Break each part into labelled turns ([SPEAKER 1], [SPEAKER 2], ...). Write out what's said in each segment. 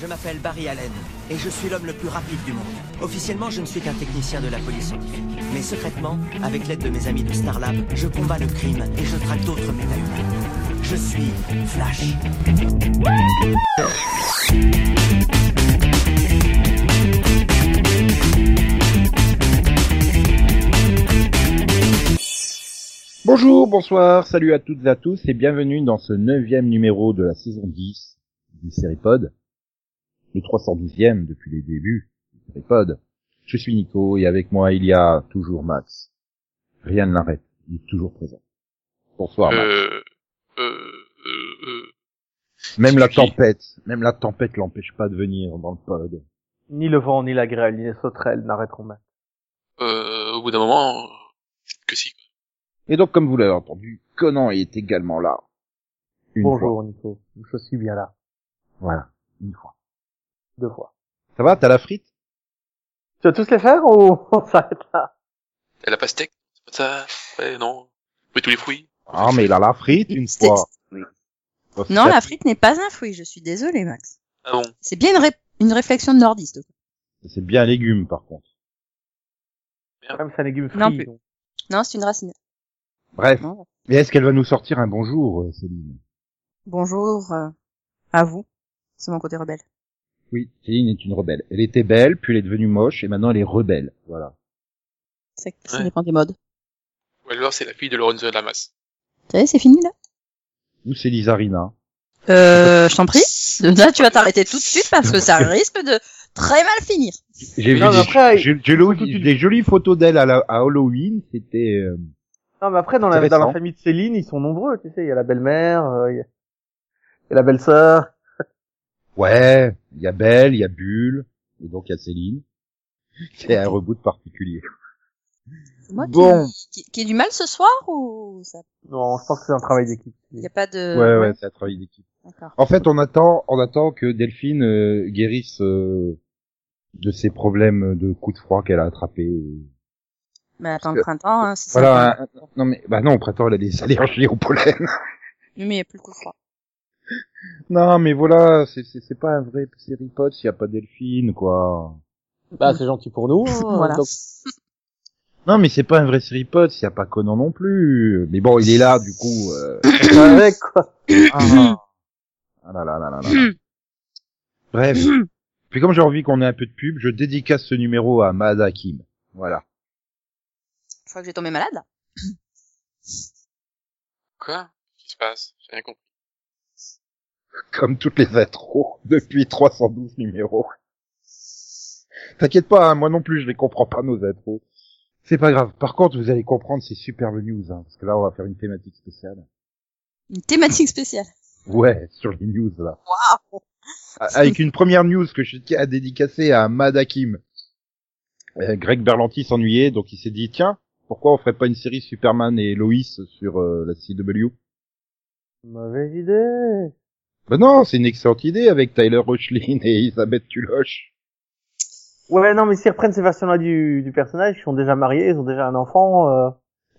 [SPEAKER 1] Je m'appelle Barry Allen et je suis l'homme le plus rapide du monde. Officiellement, je ne suis qu'un technicien de la police scientifique. Mais secrètement, avec l'aide de mes amis de Starlab, je combats le crime et je traque d'autres méta-humains. Je suis Flash.
[SPEAKER 2] Bonjour, bonsoir, salut à toutes et à tous et bienvenue dans ce neuvième numéro de la saison 10 du Seripod, le 312e depuis les débuts du Seripod. Je suis Nico et avec moi il y a toujours Max. Rien ne l'arrête, il est toujours présent. Bonsoir Max.
[SPEAKER 3] Euh, euh, euh, euh,
[SPEAKER 2] même la
[SPEAKER 3] excusez.
[SPEAKER 2] tempête, même la tempête l'empêche pas de venir dans le pod.
[SPEAKER 4] Ni le vent, ni la grêle, ni les sauterelles n'arrêteront Max.
[SPEAKER 3] euh, au bout d'un moment, que si.
[SPEAKER 2] Et donc comme vous l'avez entendu, Conan est également là. Une
[SPEAKER 4] Bonjour Nico, je suis bien là,
[SPEAKER 2] fois. Voilà, une fois.
[SPEAKER 4] deux fois.
[SPEAKER 2] Ça va, t'as la frite
[SPEAKER 4] Tu vas tous les faire ou on s'arrête là
[SPEAKER 3] Elle a pastèque, c'est pas ça Ouais, non. Mais tous les fruits.
[SPEAKER 2] Ah mais il a la frite une
[SPEAKER 5] C'est-
[SPEAKER 2] fois.
[SPEAKER 5] Non, la frite n'est pas un fruit, je suis désolé Max.
[SPEAKER 3] Ah bon
[SPEAKER 5] C'est bien une, ré- une réflexion de nordiste.
[SPEAKER 2] C'est bien un légume par contre.
[SPEAKER 4] Même c'est un légume frit.
[SPEAKER 5] Non plus.
[SPEAKER 4] donc.
[SPEAKER 5] Non, c'est une racine.
[SPEAKER 2] Bref.
[SPEAKER 5] Non.
[SPEAKER 2] Mais est-ce qu'elle va nous sortir un bonjour, euh, Céline
[SPEAKER 5] Bonjour euh, à vous. C'est mon côté rebelle.
[SPEAKER 2] Oui, Céline est une rebelle. Elle était belle, puis elle est devenue moche, et maintenant elle est rebelle. Voilà.
[SPEAKER 5] Ça, ça
[SPEAKER 3] Ouais.
[SPEAKER 5] dépend des modes.
[SPEAKER 3] Ou alors c'est la fille de Lorenzo Lamas.
[SPEAKER 5] Ça y est, c'est fini là
[SPEAKER 2] Ou c'est Lizarina.
[SPEAKER 5] Euh, je t'en prie. Là, tu vas t'arrêter tout de suite parce que ça risque de très mal finir.
[SPEAKER 2] J'ai vu
[SPEAKER 4] Non, mais
[SPEAKER 2] des,
[SPEAKER 4] après,
[SPEAKER 2] j'ai- j'ai lo-
[SPEAKER 4] c'est toute une-
[SPEAKER 2] des jolies photos d'elle à, la- à Halloween. C'était euh,
[SPEAKER 4] Non mais après dans la, dans
[SPEAKER 2] Intéressant.
[SPEAKER 4] la famille de Céline, ils sont nombreux, tu sais, il y a la belle-mère, euh, il y, a... il y a la belle-sœur.
[SPEAKER 2] ouais, il y a Belle, il y a Bulle, et donc il y a Céline. C'est un reboot particulier.
[SPEAKER 5] C'est Moi, qui-
[SPEAKER 2] Bon.
[SPEAKER 5] qui, qui, ai du mal ce soir ou ça
[SPEAKER 4] Non, je pense que c'est un travail d'équipe.
[SPEAKER 5] Il n'y a pas de.
[SPEAKER 2] ouais, ouais, c'est un travail d'équipe.
[SPEAKER 5] D'accord.
[SPEAKER 2] En fait, on attend, on attend que Delphine euh, guérisse euh, de ses problèmes de coup de froid qu'elle a attrapé.
[SPEAKER 5] Mais attends
[SPEAKER 2] Parce
[SPEAKER 5] le printemps, hein, si
[SPEAKER 2] Voilà.
[SPEAKER 5] ça.
[SPEAKER 2] un- un- non mais bah non, au printemps, elle a des allergies au pollen.
[SPEAKER 5] Mais il n'y a plus le coup de froid.
[SPEAKER 2] non mais voilà, c'est c'est c'est pas un vrai séripode s'il y a pas Delphine quoi.
[SPEAKER 6] Bah, c'est gentil pour nous. hein,
[SPEAKER 5] Voilà.
[SPEAKER 6] donc-
[SPEAKER 2] Non mais c'est pas un vrai séripode s'il y a pas Conan non plus. Mais bon, il est là du coup. euh,
[SPEAKER 4] C'est avec quoi.
[SPEAKER 2] ah, ah là là là là là. Bref. Puis comme j'ai envie qu'on ait un peu de pub, je dédicace ce numéro à Mada Kim. Voilà.
[SPEAKER 5] Je crois que j'ai tombé malade là.
[SPEAKER 3] Quoi Qu'est-ce qui se passe J'ai rien compris.
[SPEAKER 2] comme toutes les intros depuis 312 numéros. T'inquiète pas, hein, moi non plus, je les comprends pas nos intros. C'est pas grave. Par contre, vous allez comprendre ces superbes news, hein, parce que là, on va faire une thématique spéciale.
[SPEAKER 5] Une thématique spéciale.
[SPEAKER 2] Ouais, sur les news là.
[SPEAKER 5] Waouh
[SPEAKER 2] A- Avec une première news que je tiens à dédicacer à Madakim. Greg Berlanti s'ennuyait, donc il s'est dit tiens, pourquoi on ferait pas une série Superman et Lois sur euh, la CW
[SPEAKER 4] Mauvaise idée.
[SPEAKER 2] Ben non, c'est une excellente idée avec Tyler Rochlin et Elisabeth Tuloche.
[SPEAKER 4] Ouais, non mais s'ils reprennent ces versions-là du, du personnage, ils sont déjà mariés, ils ont déjà un enfant. euh,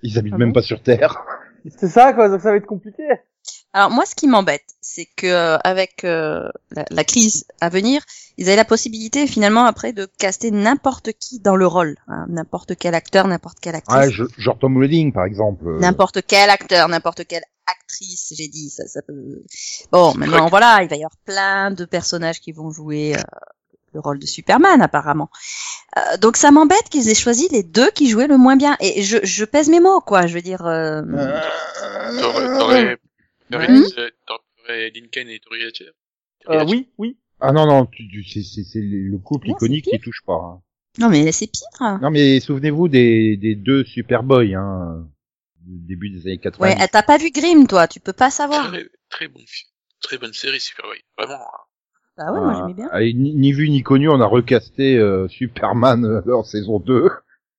[SPEAKER 2] Ils habitent
[SPEAKER 5] Ah
[SPEAKER 2] même
[SPEAKER 5] bon
[SPEAKER 2] pas sur Terre.
[SPEAKER 4] C'est ça quoi, donc ça va être compliqué.
[SPEAKER 5] Alors moi, ce qui m'embête, c'est que euh, avec euh, la, la crise à venir, ils avaient la possibilité finalement après de caster n'importe qui dans le rôle, hein, n'importe quel acteur, n'importe quelle actrice,
[SPEAKER 2] Ouais, je, genre Tom Welling, par exemple. euh,
[SPEAKER 5] n'importe quel acteur, n'importe quelle actrice. J'ai dit ça, ça peut. Bon,
[SPEAKER 3] C'est
[SPEAKER 5] maintenant voilà, il va y avoir plein de personnages qui vont jouer euh, le rôle de Superman apparemment. Euh, donc ça m'embête qu'ils aient choisi les deux qui jouaient le moins bien. Et je, je pèse mes mots quoi. Je veux dire. euh,
[SPEAKER 4] Euh,
[SPEAKER 2] Ah,
[SPEAKER 3] T'aurais- T'aurais... T'aurais...
[SPEAKER 5] Hmm
[SPEAKER 3] euh, T'aurais Lincoln et Tori Hatcher
[SPEAKER 4] Euh, oui, oui.
[SPEAKER 2] Ah non, non, tu- tu- c'est- c'est c'est le couple
[SPEAKER 5] Non, c'est
[SPEAKER 2] iconique qui
[SPEAKER 5] pire.
[SPEAKER 2] touche pas. hein.
[SPEAKER 5] Non mais c'est pire. hein.
[SPEAKER 2] Non, mais souvenez-vous des, des deux Superboy, hein, du début des années 80.
[SPEAKER 5] Ouais, eh, t'as pas vu Grimm toi, tu peux pas savoir.
[SPEAKER 3] Très,
[SPEAKER 4] Ah.
[SPEAKER 3] très bonne fi- Très bonne série, Superboy. Vraiment. hein.
[SPEAKER 5] Bah ouais, moi j'aimais bien.
[SPEAKER 2] Allez, Ah, ni, ni vu ni connu, on a recasté euh, Superman euh, en saison 2.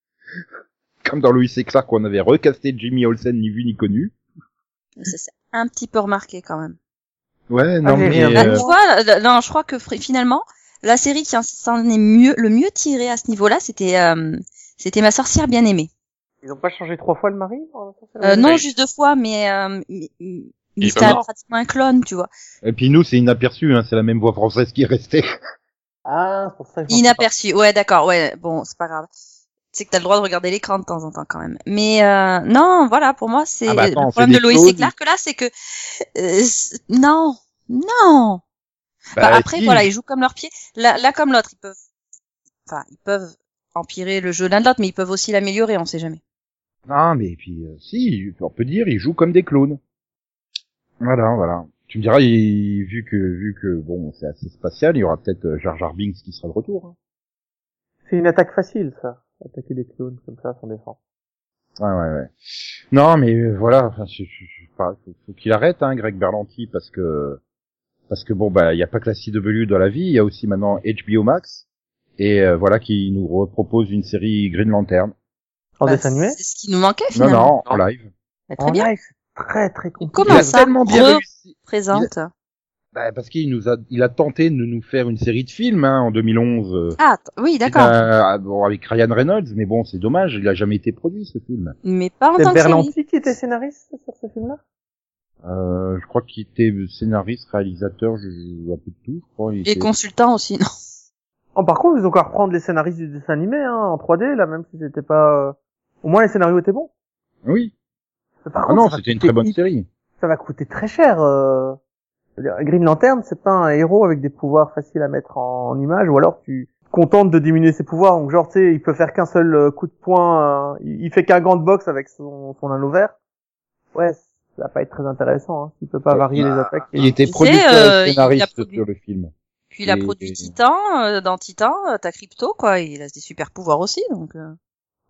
[SPEAKER 2] Comme dans Louis et Clark, on avait recasté Jimmy Olsen, ni vu ni connu.
[SPEAKER 5] Mais Ah. Ça s'est un petit peu remarqué quand même.
[SPEAKER 2] Ouais, non,
[SPEAKER 4] j'ai
[SPEAKER 2] mais...
[SPEAKER 4] rien
[SPEAKER 5] Bah,
[SPEAKER 2] euh,
[SPEAKER 5] tu vois, euh, non, je crois que fri- finalement, la série qui en- s'en est mieux, le mieux tirée à ce niveau-là, c'était, euh, c'était ma sorcière bien aimée.
[SPEAKER 4] Ils ont pas changé trois fois le mari dans la sorcière
[SPEAKER 5] Euh, non,
[SPEAKER 3] Oui.
[SPEAKER 5] juste deux fois, mais, euh, mais,
[SPEAKER 3] Il est
[SPEAKER 5] C'était
[SPEAKER 3] pas mort.
[SPEAKER 5] pratiquement un clone, tu vois.
[SPEAKER 2] Et puis nous, c'est inaperçu, hein, c'est la même voix française qui est restée.
[SPEAKER 4] Ah, c'est pour ça que j'en sais
[SPEAKER 5] Inaperçu. Ouais, d'accord. Ouais, bon, c'est pas grave. C'est que t'as le droit de regarder l'écran de temps en temps quand même. Mais euh, non, voilà, pour moi, c'est
[SPEAKER 2] Ah bah attends,
[SPEAKER 5] le
[SPEAKER 2] c'est
[SPEAKER 5] problème de
[SPEAKER 2] des
[SPEAKER 5] Loïs
[SPEAKER 2] clones.
[SPEAKER 5] et Clark là, c'est que euh, c'est- non, non. Bah, après,
[SPEAKER 2] si.
[SPEAKER 5] voilà, ils jouent comme leurs pieds. Là, là comme l'autre, ils peuvent, enfin, ils peuvent empirer le jeu l'un de l'autre, mais ils peuvent aussi l'améliorer. On sait jamais.
[SPEAKER 2] Non, mais puis, euh, si, on peut dire, ils jouent comme des clones. Voilà, voilà. Tu me diras, il- vu que, vu que, bon, c'est assez spatial, il y aura peut-être euh, Jar Jar Binks qui sera de retour. hein.
[SPEAKER 4] pas. C'est une attaque facile, ça. Attaquer des clones comme ça, sans défense.
[SPEAKER 2] Ouais, ouais, ouais. Non, mais euh, voilà, enfin, je, je, je sais pas, faut, faut qu'il arrête, hein, Greg Berlanti, parce que, parce que bon, bah, il y a pas que la CW dans la vie, il y a aussi maintenant HBO Max, et euh, voilà qui nous repropose une série Green Lantern.
[SPEAKER 4] En
[SPEAKER 5] Bah,
[SPEAKER 4] dessin animé
[SPEAKER 5] C'est ce qui nous manquait
[SPEAKER 2] Non,
[SPEAKER 5] finalement.
[SPEAKER 2] non, en live.
[SPEAKER 5] Bah,
[SPEAKER 4] En
[SPEAKER 5] très bien.
[SPEAKER 4] live, c'est très très compliqué.
[SPEAKER 5] Comment
[SPEAKER 2] il a
[SPEAKER 5] ça
[SPEAKER 2] tellement bien
[SPEAKER 5] Re-
[SPEAKER 2] réussi.
[SPEAKER 5] Présente.
[SPEAKER 2] Bah, parce qu'il nous a, il a tenté de nous faire une série de films hein, en 2011. euh,
[SPEAKER 5] Ah, t- oui, d'accord.
[SPEAKER 2] euh, bon, avec Ryan Reynolds, mais bon, c'est dommage, il a jamais été produit ce film.
[SPEAKER 5] Mais pas en tant
[SPEAKER 4] C'est
[SPEAKER 5] que série.
[SPEAKER 4] Berlanti qui était scénariste sur ce film-là
[SPEAKER 2] Euh, je crois qu'il était scénariste, réalisateur, je, je- un peu de tout, je crois. il
[SPEAKER 5] Et
[SPEAKER 2] était-
[SPEAKER 5] consultant aussi, non
[SPEAKER 4] Oh, par contre, ils ont qu'à reprendre les scénaristes du dessin animé, hein, en 3D, là, même si c'était pas... euh, Au moins, les scénarios étaient bons.
[SPEAKER 2] Oui.
[SPEAKER 4] Mais par
[SPEAKER 2] Ah
[SPEAKER 4] contre,
[SPEAKER 2] non,
[SPEAKER 4] ça va
[SPEAKER 2] c'était une
[SPEAKER 4] coûter
[SPEAKER 2] très bonne
[SPEAKER 4] hy-
[SPEAKER 2] série.
[SPEAKER 4] Ça va coûter très cher. euh, je veux dire, Green Lantern, c'est pas un héros avec des pouvoirs faciles à mettre en, en image, ou alors tu te contentes de diminuer ses pouvoirs. Donc, genre, tu sais, il peut faire qu'un seul euh, coup de poing, euh, il il fait qu'un gant de boxe avec son, son anneau vert. Ouais, ça va pas être très intéressant, hein, s'il peut pas
[SPEAKER 2] Ouais,
[SPEAKER 4] varier les
[SPEAKER 2] bah,
[SPEAKER 4] attaques.
[SPEAKER 2] Il était
[SPEAKER 5] Tu sais,
[SPEAKER 2] producteur
[SPEAKER 5] euh, il
[SPEAKER 2] et
[SPEAKER 5] a
[SPEAKER 2] scénariste
[SPEAKER 5] produit-
[SPEAKER 2] sur le film.
[SPEAKER 5] Puis il a
[SPEAKER 2] Et-
[SPEAKER 5] produit Titan, euh, dans Titan, euh, t'as Crypto, quoi, il a des super pouvoirs aussi, donc euh,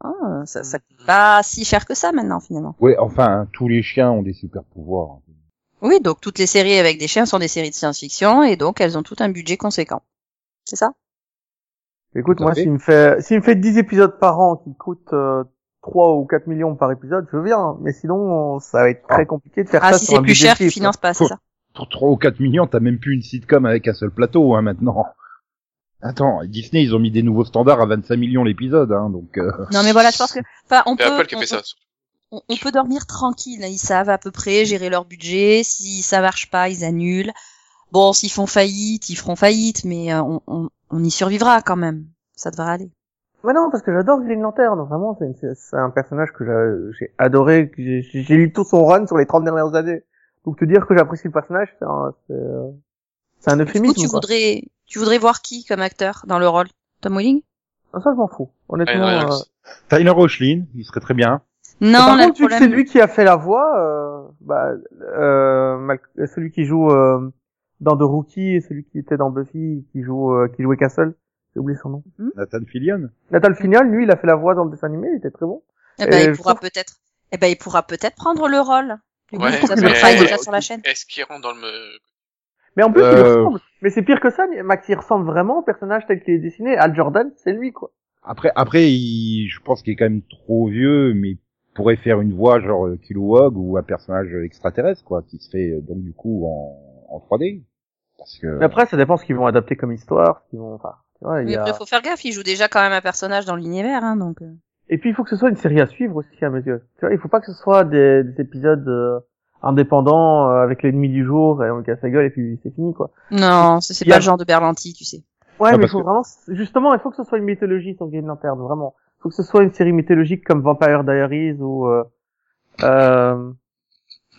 [SPEAKER 5] ah, ça, ça coûte pas si cher que ça maintenant finalement.
[SPEAKER 2] Ouais, enfin, hein, tous les chiens ont des super pouvoirs.
[SPEAKER 5] Oui, donc toutes les séries avec des chiens sont des séries de science-fiction et donc elles ont tout un budget conséquent. C'est ça
[SPEAKER 4] Écoute,
[SPEAKER 2] Tout à
[SPEAKER 4] moi,
[SPEAKER 2] fait.
[SPEAKER 4] s'il me fait, s'il me fait 10 épisodes par an qui coûtent euh, 3 ou 4 millions par épisode, je veux bien. Mais sinon, on- ça va être très compliqué de faire
[SPEAKER 5] Ah,
[SPEAKER 4] ça
[SPEAKER 5] si
[SPEAKER 4] sur
[SPEAKER 5] c'est
[SPEAKER 4] un
[SPEAKER 5] plus
[SPEAKER 4] budget
[SPEAKER 5] cher, tu
[SPEAKER 4] fixe, hein.
[SPEAKER 5] finances pas, c'est
[SPEAKER 2] Faut-
[SPEAKER 5] ça
[SPEAKER 2] Pour 3 ou 4 millions, t'as même plus une sitcom avec un seul plateau, hein, maintenant. Attends, Disney, ils ont mis des nouveaux standards à 25 millions l'épisode, hein, donc, euh,
[SPEAKER 5] Non, mais voilà, je pense que, enfin, on
[SPEAKER 3] C'est
[SPEAKER 5] peut,
[SPEAKER 3] Apple qui a
[SPEAKER 5] on-
[SPEAKER 4] ah,
[SPEAKER 3] fait ça. surtout.
[SPEAKER 5] on, on peut dormir tranquille. hein. Ils savent à peu près gérer leur budget. Si ça marche pas, ils annulent. Bon, s'ils font faillite, ils feront faillite, mais euh, on, on, on y survivra quand même. Ça devrait aller.
[SPEAKER 4] Mais Bah non, parce que j'adore Green Lantern. Vraiment, c'est, une- c'est un personnage que j'a- j'ai adoré. que j'ai, j'ai lu tout son run sur les 30 dernières années. Donc te dire que j'apprécie le personnage, c'est un, c'est, euh, c'est un
[SPEAKER 5] Du coup, tu
[SPEAKER 4] euphémisme. quoi.
[SPEAKER 5] voudrais, tu voudrais voir qui comme acteur dans le rôle Tom Welling
[SPEAKER 4] Non, ça, je m'en fous.
[SPEAKER 3] Ryan
[SPEAKER 4] Honnêtement.
[SPEAKER 3] Reynolds.
[SPEAKER 4] euh,
[SPEAKER 2] Tyler Hoechlin, il serait très bien.
[SPEAKER 5] Non,
[SPEAKER 4] Par
[SPEAKER 5] là, le
[SPEAKER 4] contre, vu que c'est
[SPEAKER 5] problème.
[SPEAKER 4] lui qui a fait la voix, euh, bah, euh, Mal- euh, celui qui joue euh, dans The Rookie et celui qui était dans Buffy, qui joue, euh, qui jouait Castle, j'ai oublié son nom.
[SPEAKER 2] Nathan Fillion.
[SPEAKER 4] Nathan Fillion, lui, il a fait la voix dans le dessin animé, il était très bon.
[SPEAKER 5] Eh ben,
[SPEAKER 4] euh,
[SPEAKER 5] il
[SPEAKER 4] je
[SPEAKER 5] pourra
[SPEAKER 4] trouve-
[SPEAKER 5] peut-être. Eh ben, il pourra peut-être prendre le rôle. Du coup,
[SPEAKER 3] Ouais, euh,
[SPEAKER 5] ça
[SPEAKER 4] mais-
[SPEAKER 5] sera
[SPEAKER 4] mais-
[SPEAKER 5] déjà sur la chaîne.
[SPEAKER 3] Est-ce qu'il rentre dans le... me-
[SPEAKER 4] Mais en plus, il
[SPEAKER 2] Euh.
[SPEAKER 4] ressemble. Mais c'est pire que ça, Max, il ressemble vraiment au personnage tel qu'il est dessiné. Al Jordan, c'est lui, quoi.
[SPEAKER 2] Après, après, il- je pense qu'il est quand même trop vieux, mais il pourrait faire une voix genre euh, Kilowog ou un personnage extraterrestre, quoi, qui se fait, euh, donc, du coup, en, en 3D. Parce que...
[SPEAKER 4] Mais après, ça dépend ce qu'ils vont adapter comme histoire, ce qu'ils vont, enfin, tu vois, il
[SPEAKER 5] Mais
[SPEAKER 4] y a-
[SPEAKER 5] après, faut faire gaffe. Il joue déjà quand même un personnage dans l'univers, hein, donc. euh.
[SPEAKER 4] Et puis, il faut que ce soit une série à suivre aussi, à mes yeux. Tu vois, il faut pas que ce soit des, des épisodes euh, indépendants euh, avec l'ennemi du jour et on le casse la gueule et puis c'est fini, quoi.
[SPEAKER 5] Non, ce- c'est
[SPEAKER 4] Il y a-
[SPEAKER 5] pas le genre de Berlanti, tu sais.
[SPEAKER 4] Ouais,
[SPEAKER 2] Ah,
[SPEAKER 4] mais il
[SPEAKER 2] parce
[SPEAKER 4] faut
[SPEAKER 2] que-
[SPEAKER 4] vraiment, justement, il faut que ce soit une mythologie sur Green Lantern, vraiment. Il faut que ce soit une série mythologique comme Vampire Diaries ou euh, euh,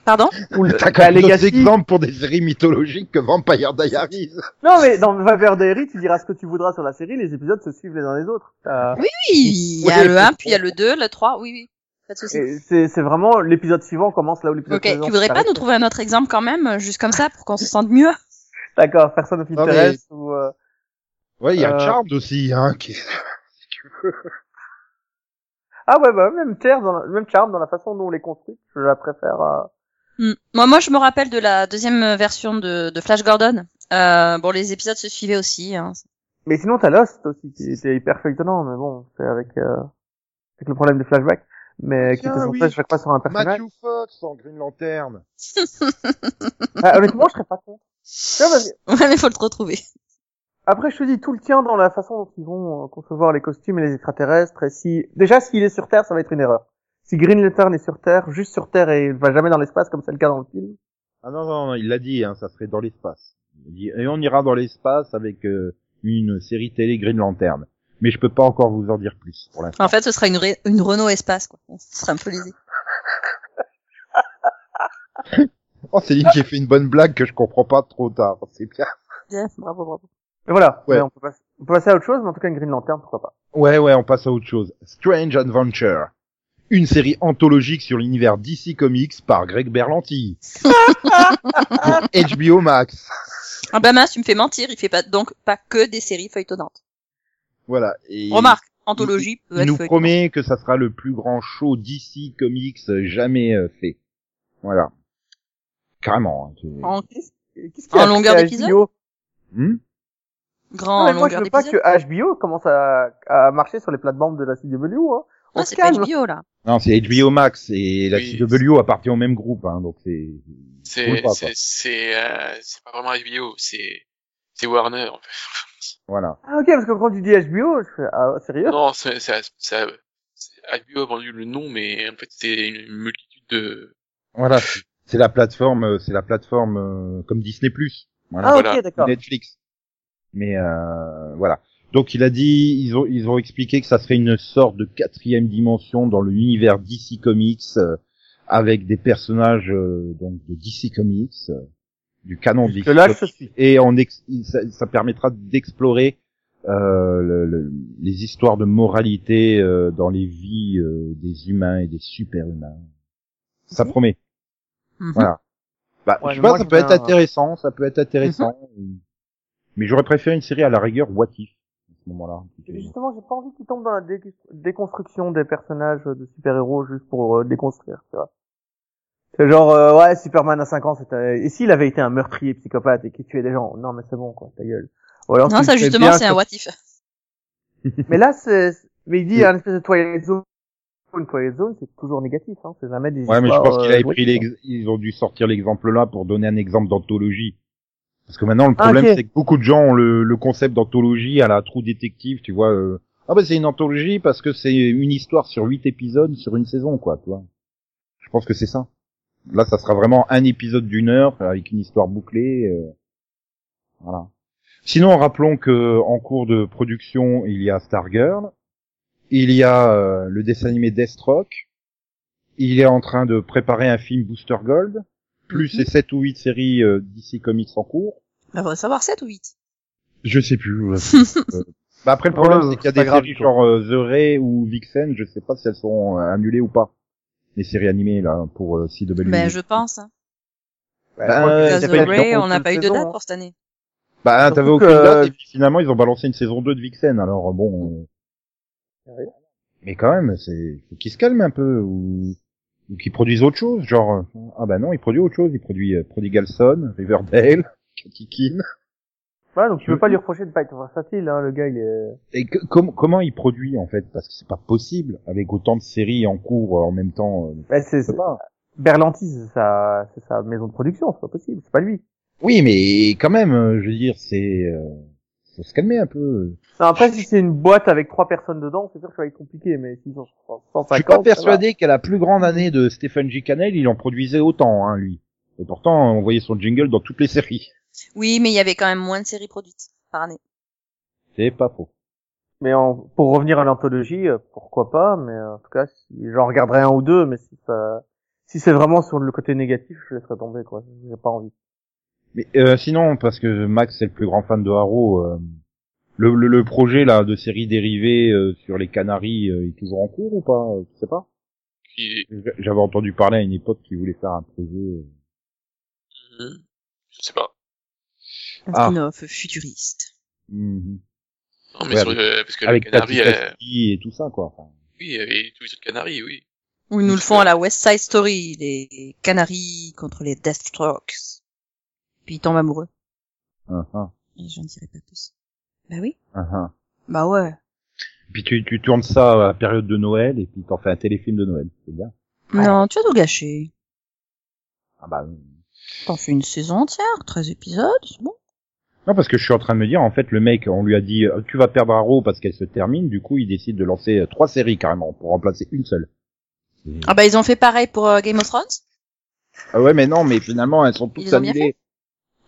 [SPEAKER 5] Pardon
[SPEAKER 4] ou le-
[SPEAKER 2] T'as quand même
[SPEAKER 4] bah,
[SPEAKER 2] d'autres
[SPEAKER 4] Legacy.
[SPEAKER 2] exemples pour des séries mythologiques que Vampire Diaries.
[SPEAKER 4] Non, mais dans Vampire Diaries, tu diras ce que tu voudras sur la série, les épisodes se suivent les uns les autres. Euh,
[SPEAKER 5] Oui, il y a
[SPEAKER 2] Oui.
[SPEAKER 5] le 1, puis il y a le 2, le 3. Oui, oui. Pas de souci.
[SPEAKER 4] et c'est c'est vraiment l'épisode suivant commence là où l'épisode
[SPEAKER 5] Ok, tu
[SPEAKER 4] précédent
[SPEAKER 5] voudrais pas
[SPEAKER 4] s'arrête.
[SPEAKER 5] nous trouver un autre exemple quand même, euh, juste comme ça, pour qu'on se sente mieux
[SPEAKER 4] D'accord, personne ne
[SPEAKER 2] Non, mais-
[SPEAKER 4] t'intéresse ou euh,
[SPEAKER 2] Ouais, il y a
[SPEAKER 4] Euh.
[SPEAKER 2] Charmed aussi, hein. Qui...
[SPEAKER 4] ah ouais bah même charme dans la... même charme dans la façon dont on les construit, je la préfère. euh. à...
[SPEAKER 5] Hmm. Moi, moi, je me rappelle de la deuxième version de, de Flash Gordon. Euh, bon, les épisodes se suivaient aussi. Hein.
[SPEAKER 4] Mais sinon t'as Lost aussi qui était hyper feuilletonnant, mais bon c'est avec euh, avec le problème des flashbacks, mais
[SPEAKER 2] Tiens,
[SPEAKER 4] qui te
[SPEAKER 2] Ah oui.
[SPEAKER 4] centrait chaque fois sur un personnage.
[SPEAKER 2] Matthew Fox en Green Lantern.
[SPEAKER 4] Ah, honnêtement, je serais pas contre. Tu vois, parce que-
[SPEAKER 5] Ouais, mais faut le retrouver.
[SPEAKER 4] Après, je te dis tout le tien dans la façon dont ils vont euh, concevoir les costumes et les extraterrestres. Et si déjà s'il est sur Terre, ça va être une erreur. Si Green Lantern est sur Terre, juste sur Terre et il va jamais dans l'espace comme c'est le cas dans le film,
[SPEAKER 2] Ah non, non, non, il l'a dit, hein, ça serait dans l'espace. Il dit, Et on ira dans l'espace avec euh, une série télé Green Lantern. Mais je peux pas encore vous en dire plus pour l'instant.
[SPEAKER 5] En fait, ce sera une, ré- une Renault Espace, quoi. Ce serait un peu lésé.
[SPEAKER 2] Oh, Céline, j'ai fait une bonne blague que je comprends pas trop tard. C'est bien.
[SPEAKER 5] Bien, bravo, bravo.
[SPEAKER 4] Mais voilà,
[SPEAKER 2] Ouais.
[SPEAKER 4] mais on, peut passer, on peut passer à autre chose, mais en tout cas une Green Lantern, pourquoi pas.
[SPEAKER 2] Ouais, ouais, on passe à autre chose. Strange Adventure. Une série anthologique sur l'univers DC Comics par Greg Berlanti. Pour HBO Max.
[SPEAKER 5] Ah bah mince, tu me fais mentir, il fait pas donc pas que des séries feuilletonnantes.
[SPEAKER 2] Voilà. Et
[SPEAKER 5] Remarque, anthologie peut
[SPEAKER 2] Il
[SPEAKER 5] être
[SPEAKER 2] nous
[SPEAKER 5] feuilletonnante.
[SPEAKER 2] promet que ça sera le plus grand show DC Comics jamais euh, fait. Voilà. Carrément. hein, c'est-
[SPEAKER 5] En
[SPEAKER 4] Qu'est-ce
[SPEAKER 5] En longueur d'épisode
[SPEAKER 4] HBO
[SPEAKER 2] Hmm
[SPEAKER 5] grand
[SPEAKER 4] Non, mais
[SPEAKER 5] en
[SPEAKER 4] moi, je
[SPEAKER 5] longueur
[SPEAKER 4] veux pas
[SPEAKER 5] d'épisode.
[SPEAKER 4] que HBO commence à, à marcher sur les plates-bandes de la CW, hein. On
[SPEAKER 5] Ah,
[SPEAKER 4] se
[SPEAKER 5] c'est pas
[SPEAKER 4] calme.
[SPEAKER 5] HBO, là.
[SPEAKER 2] non, c'est HBO Max et la
[SPEAKER 3] Oui.
[SPEAKER 2] CW appartient au même groupe, hein, donc c'est. Oui,
[SPEAKER 3] C'est
[SPEAKER 2] pas,
[SPEAKER 3] c'est c'est euh, c'est pas vraiment HBO, c'est c'est Warner. en fait.
[SPEAKER 2] Voilà.
[SPEAKER 4] Ah ok, parce que quand tu dis HBO, je fais, ah, sérieux
[SPEAKER 3] non, c'est c'est ça HBO a vendu le nom, mais en fait c'est une multitude de
[SPEAKER 2] Voilà. c'est- C'est la plateforme, euh, c'est la plateforme euh, comme Disney Plus. Voilà.
[SPEAKER 4] Ah
[SPEAKER 3] voilà.
[SPEAKER 4] ok, d'accord.
[SPEAKER 2] Netflix. Mais euh, voilà. Donc il a dit, ils ont, ils ont expliqué que ça serait une sorte de quatrième dimension dans l'univers DC Comics euh, avec des personnages euh, donc de DC Comics, euh, du canon de DC.
[SPEAKER 4] Que là,
[SPEAKER 2] Comics.
[SPEAKER 4] je suis.
[SPEAKER 2] Et on ex- il- ça, ça permettra d'explorer euh, le- le- les histoires de moralité euh, dans les vies euh, des humains et des super-humains. Ça
[SPEAKER 4] Mhm.
[SPEAKER 2] promet.
[SPEAKER 5] Mhm.
[SPEAKER 2] Voilà. Bah,
[SPEAKER 4] Ouais,
[SPEAKER 2] je sais
[SPEAKER 4] mais
[SPEAKER 2] pas,
[SPEAKER 4] moi,
[SPEAKER 2] ça
[SPEAKER 4] je
[SPEAKER 2] peut
[SPEAKER 4] veux
[SPEAKER 2] être
[SPEAKER 4] un- Mhm.
[SPEAKER 2] intéressant, ça peut être intéressant. Mais j'aurais préféré une série à la rigueur What If, à ce moment-là.
[SPEAKER 4] Justement, j'ai pas envie qu'ils tombent dans la dé- déconstruction des personnages de super-héros juste pour euh, déconstruire, tu vois. C'est genre, euh, ouais, Superman à 5 ans, c'était... Et s'il avait été un meurtrier psychopathe et qui tuait des gens Non, mais c'est bon, quoi, ta gueule. Ou alors,
[SPEAKER 5] Non,
[SPEAKER 4] tu
[SPEAKER 5] ça
[SPEAKER 4] le fais
[SPEAKER 5] justement,
[SPEAKER 4] bien
[SPEAKER 5] c'est un
[SPEAKER 4] comme-
[SPEAKER 5] what if.
[SPEAKER 4] Mais là, c'est... Mais il dit
[SPEAKER 2] Oui.
[SPEAKER 4] un espèce de Twilight Zone. Une Twilight Zone, c'est toujours négatif, hein. C'est jamais des
[SPEAKER 2] Ouais, mais je
[SPEAKER 4] histoires,
[SPEAKER 2] pense qu'il
[SPEAKER 4] euh,
[SPEAKER 2] avait
[SPEAKER 4] jouées,
[SPEAKER 2] pris
[SPEAKER 4] quoi.
[SPEAKER 2] l'ex- ils ont dû sortir l'exemple là pour donner un exemple d'anthologie. Parce que maintenant, le
[SPEAKER 4] Ah,
[SPEAKER 2] problème,
[SPEAKER 4] ok.
[SPEAKER 2] c'est que beaucoup de gens ont le, le concept d'anthologie à la trou détective, tu vois. euh, Ah bah c'est une anthologie parce que c'est une histoire sur huit épisodes sur une saison, quoi, tu vois. Je pense que c'est ça. Là, ça sera vraiment un épisode d'une heure avec une histoire bouclée. euh, Voilà. Sinon, rappelons que en cours de production, il y a Stargirl, il y a euh, le dessin animé Deathstroke, il est en train de préparer un film Booster Gold, plus
[SPEAKER 5] Mhm.
[SPEAKER 2] les 7 ou 8 séries euh, DC Comics en cours.
[SPEAKER 5] Bah, faudrait savoir 7 ou 8.
[SPEAKER 2] Je sais plus. ouais. Euh, bah après, le problème,
[SPEAKER 4] Ouais,
[SPEAKER 2] c'est qu'il y a
[SPEAKER 4] c'est pas
[SPEAKER 2] des
[SPEAKER 4] grave,
[SPEAKER 2] séries
[SPEAKER 4] quoi.
[SPEAKER 2] genre euh, The Ray ou Vixen, je sais pas si elles sont euh, annulées ou pas. Les séries animées, là, pour euh, CW.
[SPEAKER 5] Ben, je pense. hein.
[SPEAKER 2] Bah,
[SPEAKER 4] je crois que
[SPEAKER 2] euh,
[SPEAKER 4] c'est
[SPEAKER 5] Because
[SPEAKER 4] ça
[SPEAKER 5] The
[SPEAKER 4] fait
[SPEAKER 5] Ray,
[SPEAKER 4] longtemps
[SPEAKER 5] on n'a
[SPEAKER 4] qu'une
[SPEAKER 5] pas eu de
[SPEAKER 4] saison,
[SPEAKER 5] date
[SPEAKER 4] hein.
[SPEAKER 5] pour cette année.
[SPEAKER 2] Bah, t'avais
[SPEAKER 4] Surtout
[SPEAKER 2] aucune
[SPEAKER 4] que-
[SPEAKER 2] date, et puis finalement, ils ont balancé une saison 2 de Vixen, alors euh, bon... euh,
[SPEAKER 4] Sérieux
[SPEAKER 2] Mais quand même, c'est... Faut qu'ils se calment un peu, ou... Ou qu'ils produisent autre chose, genre... euh, Ah bah non, ils produisent autre chose, ils produisent euh, Prodigal Son, Riverdale, Katikin...
[SPEAKER 4] Ouais, donc tu peux pas lui reprocher de pas être versatile, hein. Le gars, il est...
[SPEAKER 2] Et que- com- comment ils produisent, en fait Parce que c'est pas possible, avec autant de séries en cours euh, en même temps... euh,
[SPEAKER 4] Ouais, c'est...
[SPEAKER 2] je sais pas.
[SPEAKER 4] Berlanti, c'est sa... c'est sa maison de production, c'est pas possible, c'est pas lui.
[SPEAKER 2] Oui, mais quand même, euh, je veux dire, c'est... euh, Faut se calmer un peu.
[SPEAKER 4] Non, après, si c'est une boîte avec trois personnes dedans, c'est sûr que ça va être compliqué, mais s'ils sont
[SPEAKER 2] Je
[SPEAKER 4] 150,
[SPEAKER 2] suis pas
[SPEAKER 4] ça
[SPEAKER 2] persuadé qu'à la plus grande année de Stephen G. Cannell, il en produisait autant, hein, lui. Et pourtant, on voyait son jingle dans toutes les séries.
[SPEAKER 5] Oui, mais il y avait quand même moins de séries produites par année.
[SPEAKER 2] C'est pas faux.
[SPEAKER 4] va. Mais en- pour revenir à l'anthologie, euh, pourquoi pas, mais euh, en tout cas, si... j'en regarderai un ou deux, mais si ça... Si c'est vraiment sur le côté négatif, je laisserai tomber, quoi. J'ai pas envie.
[SPEAKER 2] Mais euh, sinon, parce que Max est le plus grand fan de Haro, euh, le, le, le projet là de série dérivée euh, sur les Canaries euh, est toujours en cours ou pas euh, Tu sais pas
[SPEAKER 3] qui
[SPEAKER 2] J'avais entendu parler à une époque qu'il voulait faire un projet... euh,
[SPEAKER 3] Mhm. je sais pas.
[SPEAKER 5] Un
[SPEAKER 2] Ah.
[SPEAKER 5] spin-off futuriste.
[SPEAKER 2] mhm.
[SPEAKER 3] Non mais
[SPEAKER 2] Ouais,
[SPEAKER 3] sur, euh, parce que
[SPEAKER 2] Avec
[SPEAKER 3] les Canaries,
[SPEAKER 2] Tati
[SPEAKER 3] euh,
[SPEAKER 2] Kaki et tout ça, quoi. Enfin,
[SPEAKER 3] oui, et tous les autres Canaries, oui.
[SPEAKER 5] Ou ils nous le font à la West Side Story, les Canaries contre les Deathstrokes. Puis ils tombent amoureux.
[SPEAKER 2] hein, hein,
[SPEAKER 5] Et j'en dirai pas plus. Bah oui.
[SPEAKER 2] hein, hein.
[SPEAKER 5] Bah ouais.
[SPEAKER 2] Puis tu, tu tournes ça à la période de Noël et puis t'en fais un téléfilm de Noël, c'est bien.
[SPEAKER 5] Non, tu as tout gâché.
[SPEAKER 2] Ah bah euh,
[SPEAKER 5] T'en fais une saison entière, 13 épisodes, c'est bon.
[SPEAKER 2] non parce que je suis en train de me dire en fait le mec on lui a dit euh, tu vas perdre Arrow parce qu'elle se termine du coup il décide de lancer euh, trois séries carrément pour remplacer une seule.
[SPEAKER 5] Ah bah ils ont fait pareil pour euh, Game of Thrones.
[SPEAKER 2] Ah ouais, mais non, mais finalement, elles sont
[SPEAKER 5] Ils
[SPEAKER 2] toutes
[SPEAKER 5] les ont bien
[SPEAKER 2] annulées.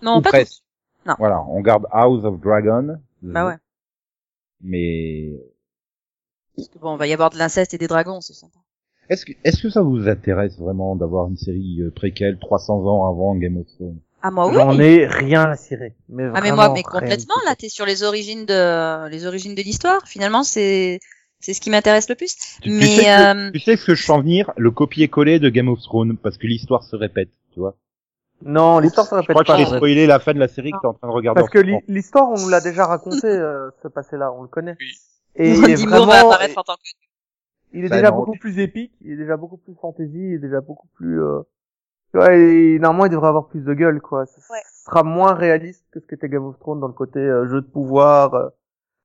[SPEAKER 5] Non,
[SPEAKER 2] ou
[SPEAKER 5] pas
[SPEAKER 2] presque.
[SPEAKER 5] Non.
[SPEAKER 2] Voilà, on garde House of Dragon. Euh,
[SPEAKER 5] Bah ouais.
[SPEAKER 2] Mais
[SPEAKER 5] Parce que bon, il va y avoir de l'inceste et des dragons, c'est sympa.
[SPEAKER 2] est-ce que est-ce que ça vous intéresse vraiment d'avoir une série euh, préquelle 300 ans avant Game of Thrones
[SPEAKER 5] Ah moi oui.
[SPEAKER 4] J'en ai rien à cirer. Mais
[SPEAKER 5] Ah mais
[SPEAKER 4] vraiment
[SPEAKER 5] moi mais
[SPEAKER 4] rien
[SPEAKER 5] complètement
[SPEAKER 4] du tout.
[SPEAKER 5] là t'es sur les origines de les origines de l'histoire finalement c'est c'est ce qui m'intéresse le plus
[SPEAKER 2] tu, tu sais
[SPEAKER 5] mais
[SPEAKER 2] que-
[SPEAKER 5] euh,
[SPEAKER 2] tu sais ce que je sens venir Le copier-coller de Game of Thrones parce que l'histoire se répète, tu vois.
[SPEAKER 4] Non, l'histoire se
[SPEAKER 2] Je crois
[SPEAKER 4] répète
[SPEAKER 2] que
[SPEAKER 4] pas.
[SPEAKER 2] j'ai spoilé la fin de la série que t'es en train de regarder.
[SPEAKER 4] Parce
[SPEAKER 2] en
[SPEAKER 4] que
[SPEAKER 2] ce moment.
[SPEAKER 4] l'hi- l'histoire, on nous l'a déjà raconté, euh, ce passé-là, on le connaît.
[SPEAKER 3] Oui.
[SPEAKER 4] Et il est
[SPEAKER 5] Mandy Moore va
[SPEAKER 4] vraiment,
[SPEAKER 5] apparaître en tant que
[SPEAKER 4] il est
[SPEAKER 2] Bah
[SPEAKER 4] déjà
[SPEAKER 2] non.
[SPEAKER 4] beaucoup plus épique, il est déjà beaucoup plus fantasy, il est déjà beaucoup plus, euh... ouais, et normalement, il devrait avoir plus de gueule, quoi. Ce
[SPEAKER 5] Ouais.
[SPEAKER 4] sera moins réaliste que ce qu'était Game of Thrones dans le côté euh, jeu de pouvoir. euh.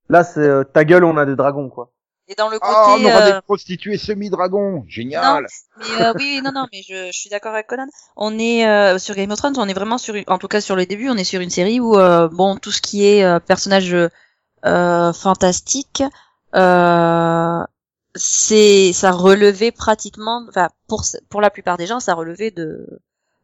[SPEAKER 4] Là, c'est euh, ta gueule, on a des dragons, quoi.
[SPEAKER 5] et dans le côté
[SPEAKER 2] Ah, on aura
[SPEAKER 5] euh,
[SPEAKER 2] des prostituées semi-dragons, génial.
[SPEAKER 5] Mais euh, oui, oui, non, non, mais je, je suis d'accord avec Conan. On est euh, sur Game of Thrones, on est vraiment sur, une- en tout cas sur le début, on est sur une série où euh, bon, tout ce qui est euh, personnage euh, fantastique, euh, c'est ça relevait pratiquement, enfin pour ce- pour la plupart des gens, ça relevait de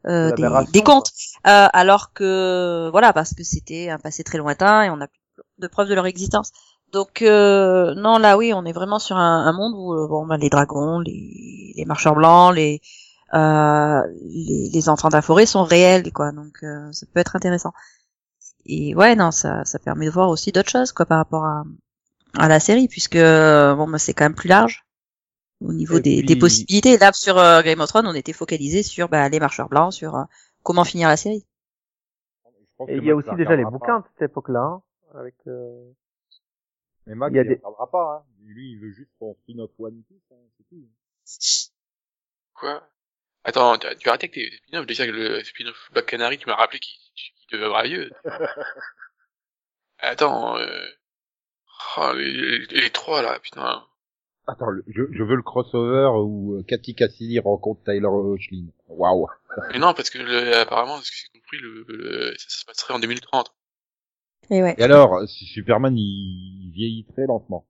[SPEAKER 5] euh,
[SPEAKER 4] De
[SPEAKER 5] des,
[SPEAKER 4] l'aberration,
[SPEAKER 5] des contes, Euh, alors que voilà parce que c'était un passé très lointain et on a plus de preuves de leur existence. Donc euh, non là oui on est vraiment sur un, un monde où euh, bon ben, les dragons, les, les marcheurs blancs, les, euh, les les enfants de la forêt sont réels quoi donc euh, ça peut être intéressant. Et ouais non ça ça permet de voir aussi d'autres choses quoi par rapport à à la série puisque euh, bon ben, c'est quand même plus large au niveau
[SPEAKER 2] Et
[SPEAKER 5] des,
[SPEAKER 2] puis-
[SPEAKER 5] des possibilités. Là sur euh, Game of Thrones on était focalisé sur bah, les marcheurs blancs sur euh, comment finir la série.
[SPEAKER 2] Je pense
[SPEAKER 4] Et
[SPEAKER 2] que
[SPEAKER 4] il y a
[SPEAKER 2] Max
[SPEAKER 4] aussi
[SPEAKER 2] la
[SPEAKER 4] déjà les
[SPEAKER 2] regardera pas.
[SPEAKER 4] bouquins de cette époque-là, hein, avec, euh,
[SPEAKER 2] Mais Max,
[SPEAKER 4] Il y a
[SPEAKER 2] il
[SPEAKER 4] des-
[SPEAKER 2] regardera pas. Hein. Lui, il veut juste son spin-off One Piece, hein, c'est tout.
[SPEAKER 3] Quoi Attends, tu tu as arrêté avec tes spin-offs. Déjà que le spin-off Black Canary, tu m'as rappelé qu'il qu'il devait avoir lieu. Attends, euh... oh, les, les- les trois là, putain.
[SPEAKER 2] Attends, le- je, je veux le crossover où euh, Cathy Cassidy rencontre Tyler Hoechlin. Waouh.
[SPEAKER 3] Mais non, parce que le, apparemment, ce que j'ai compris, le, le- ça se passerait en 2030.
[SPEAKER 5] Et Eh ouais.
[SPEAKER 2] Et alors, si Superman, il vieillit très lentement.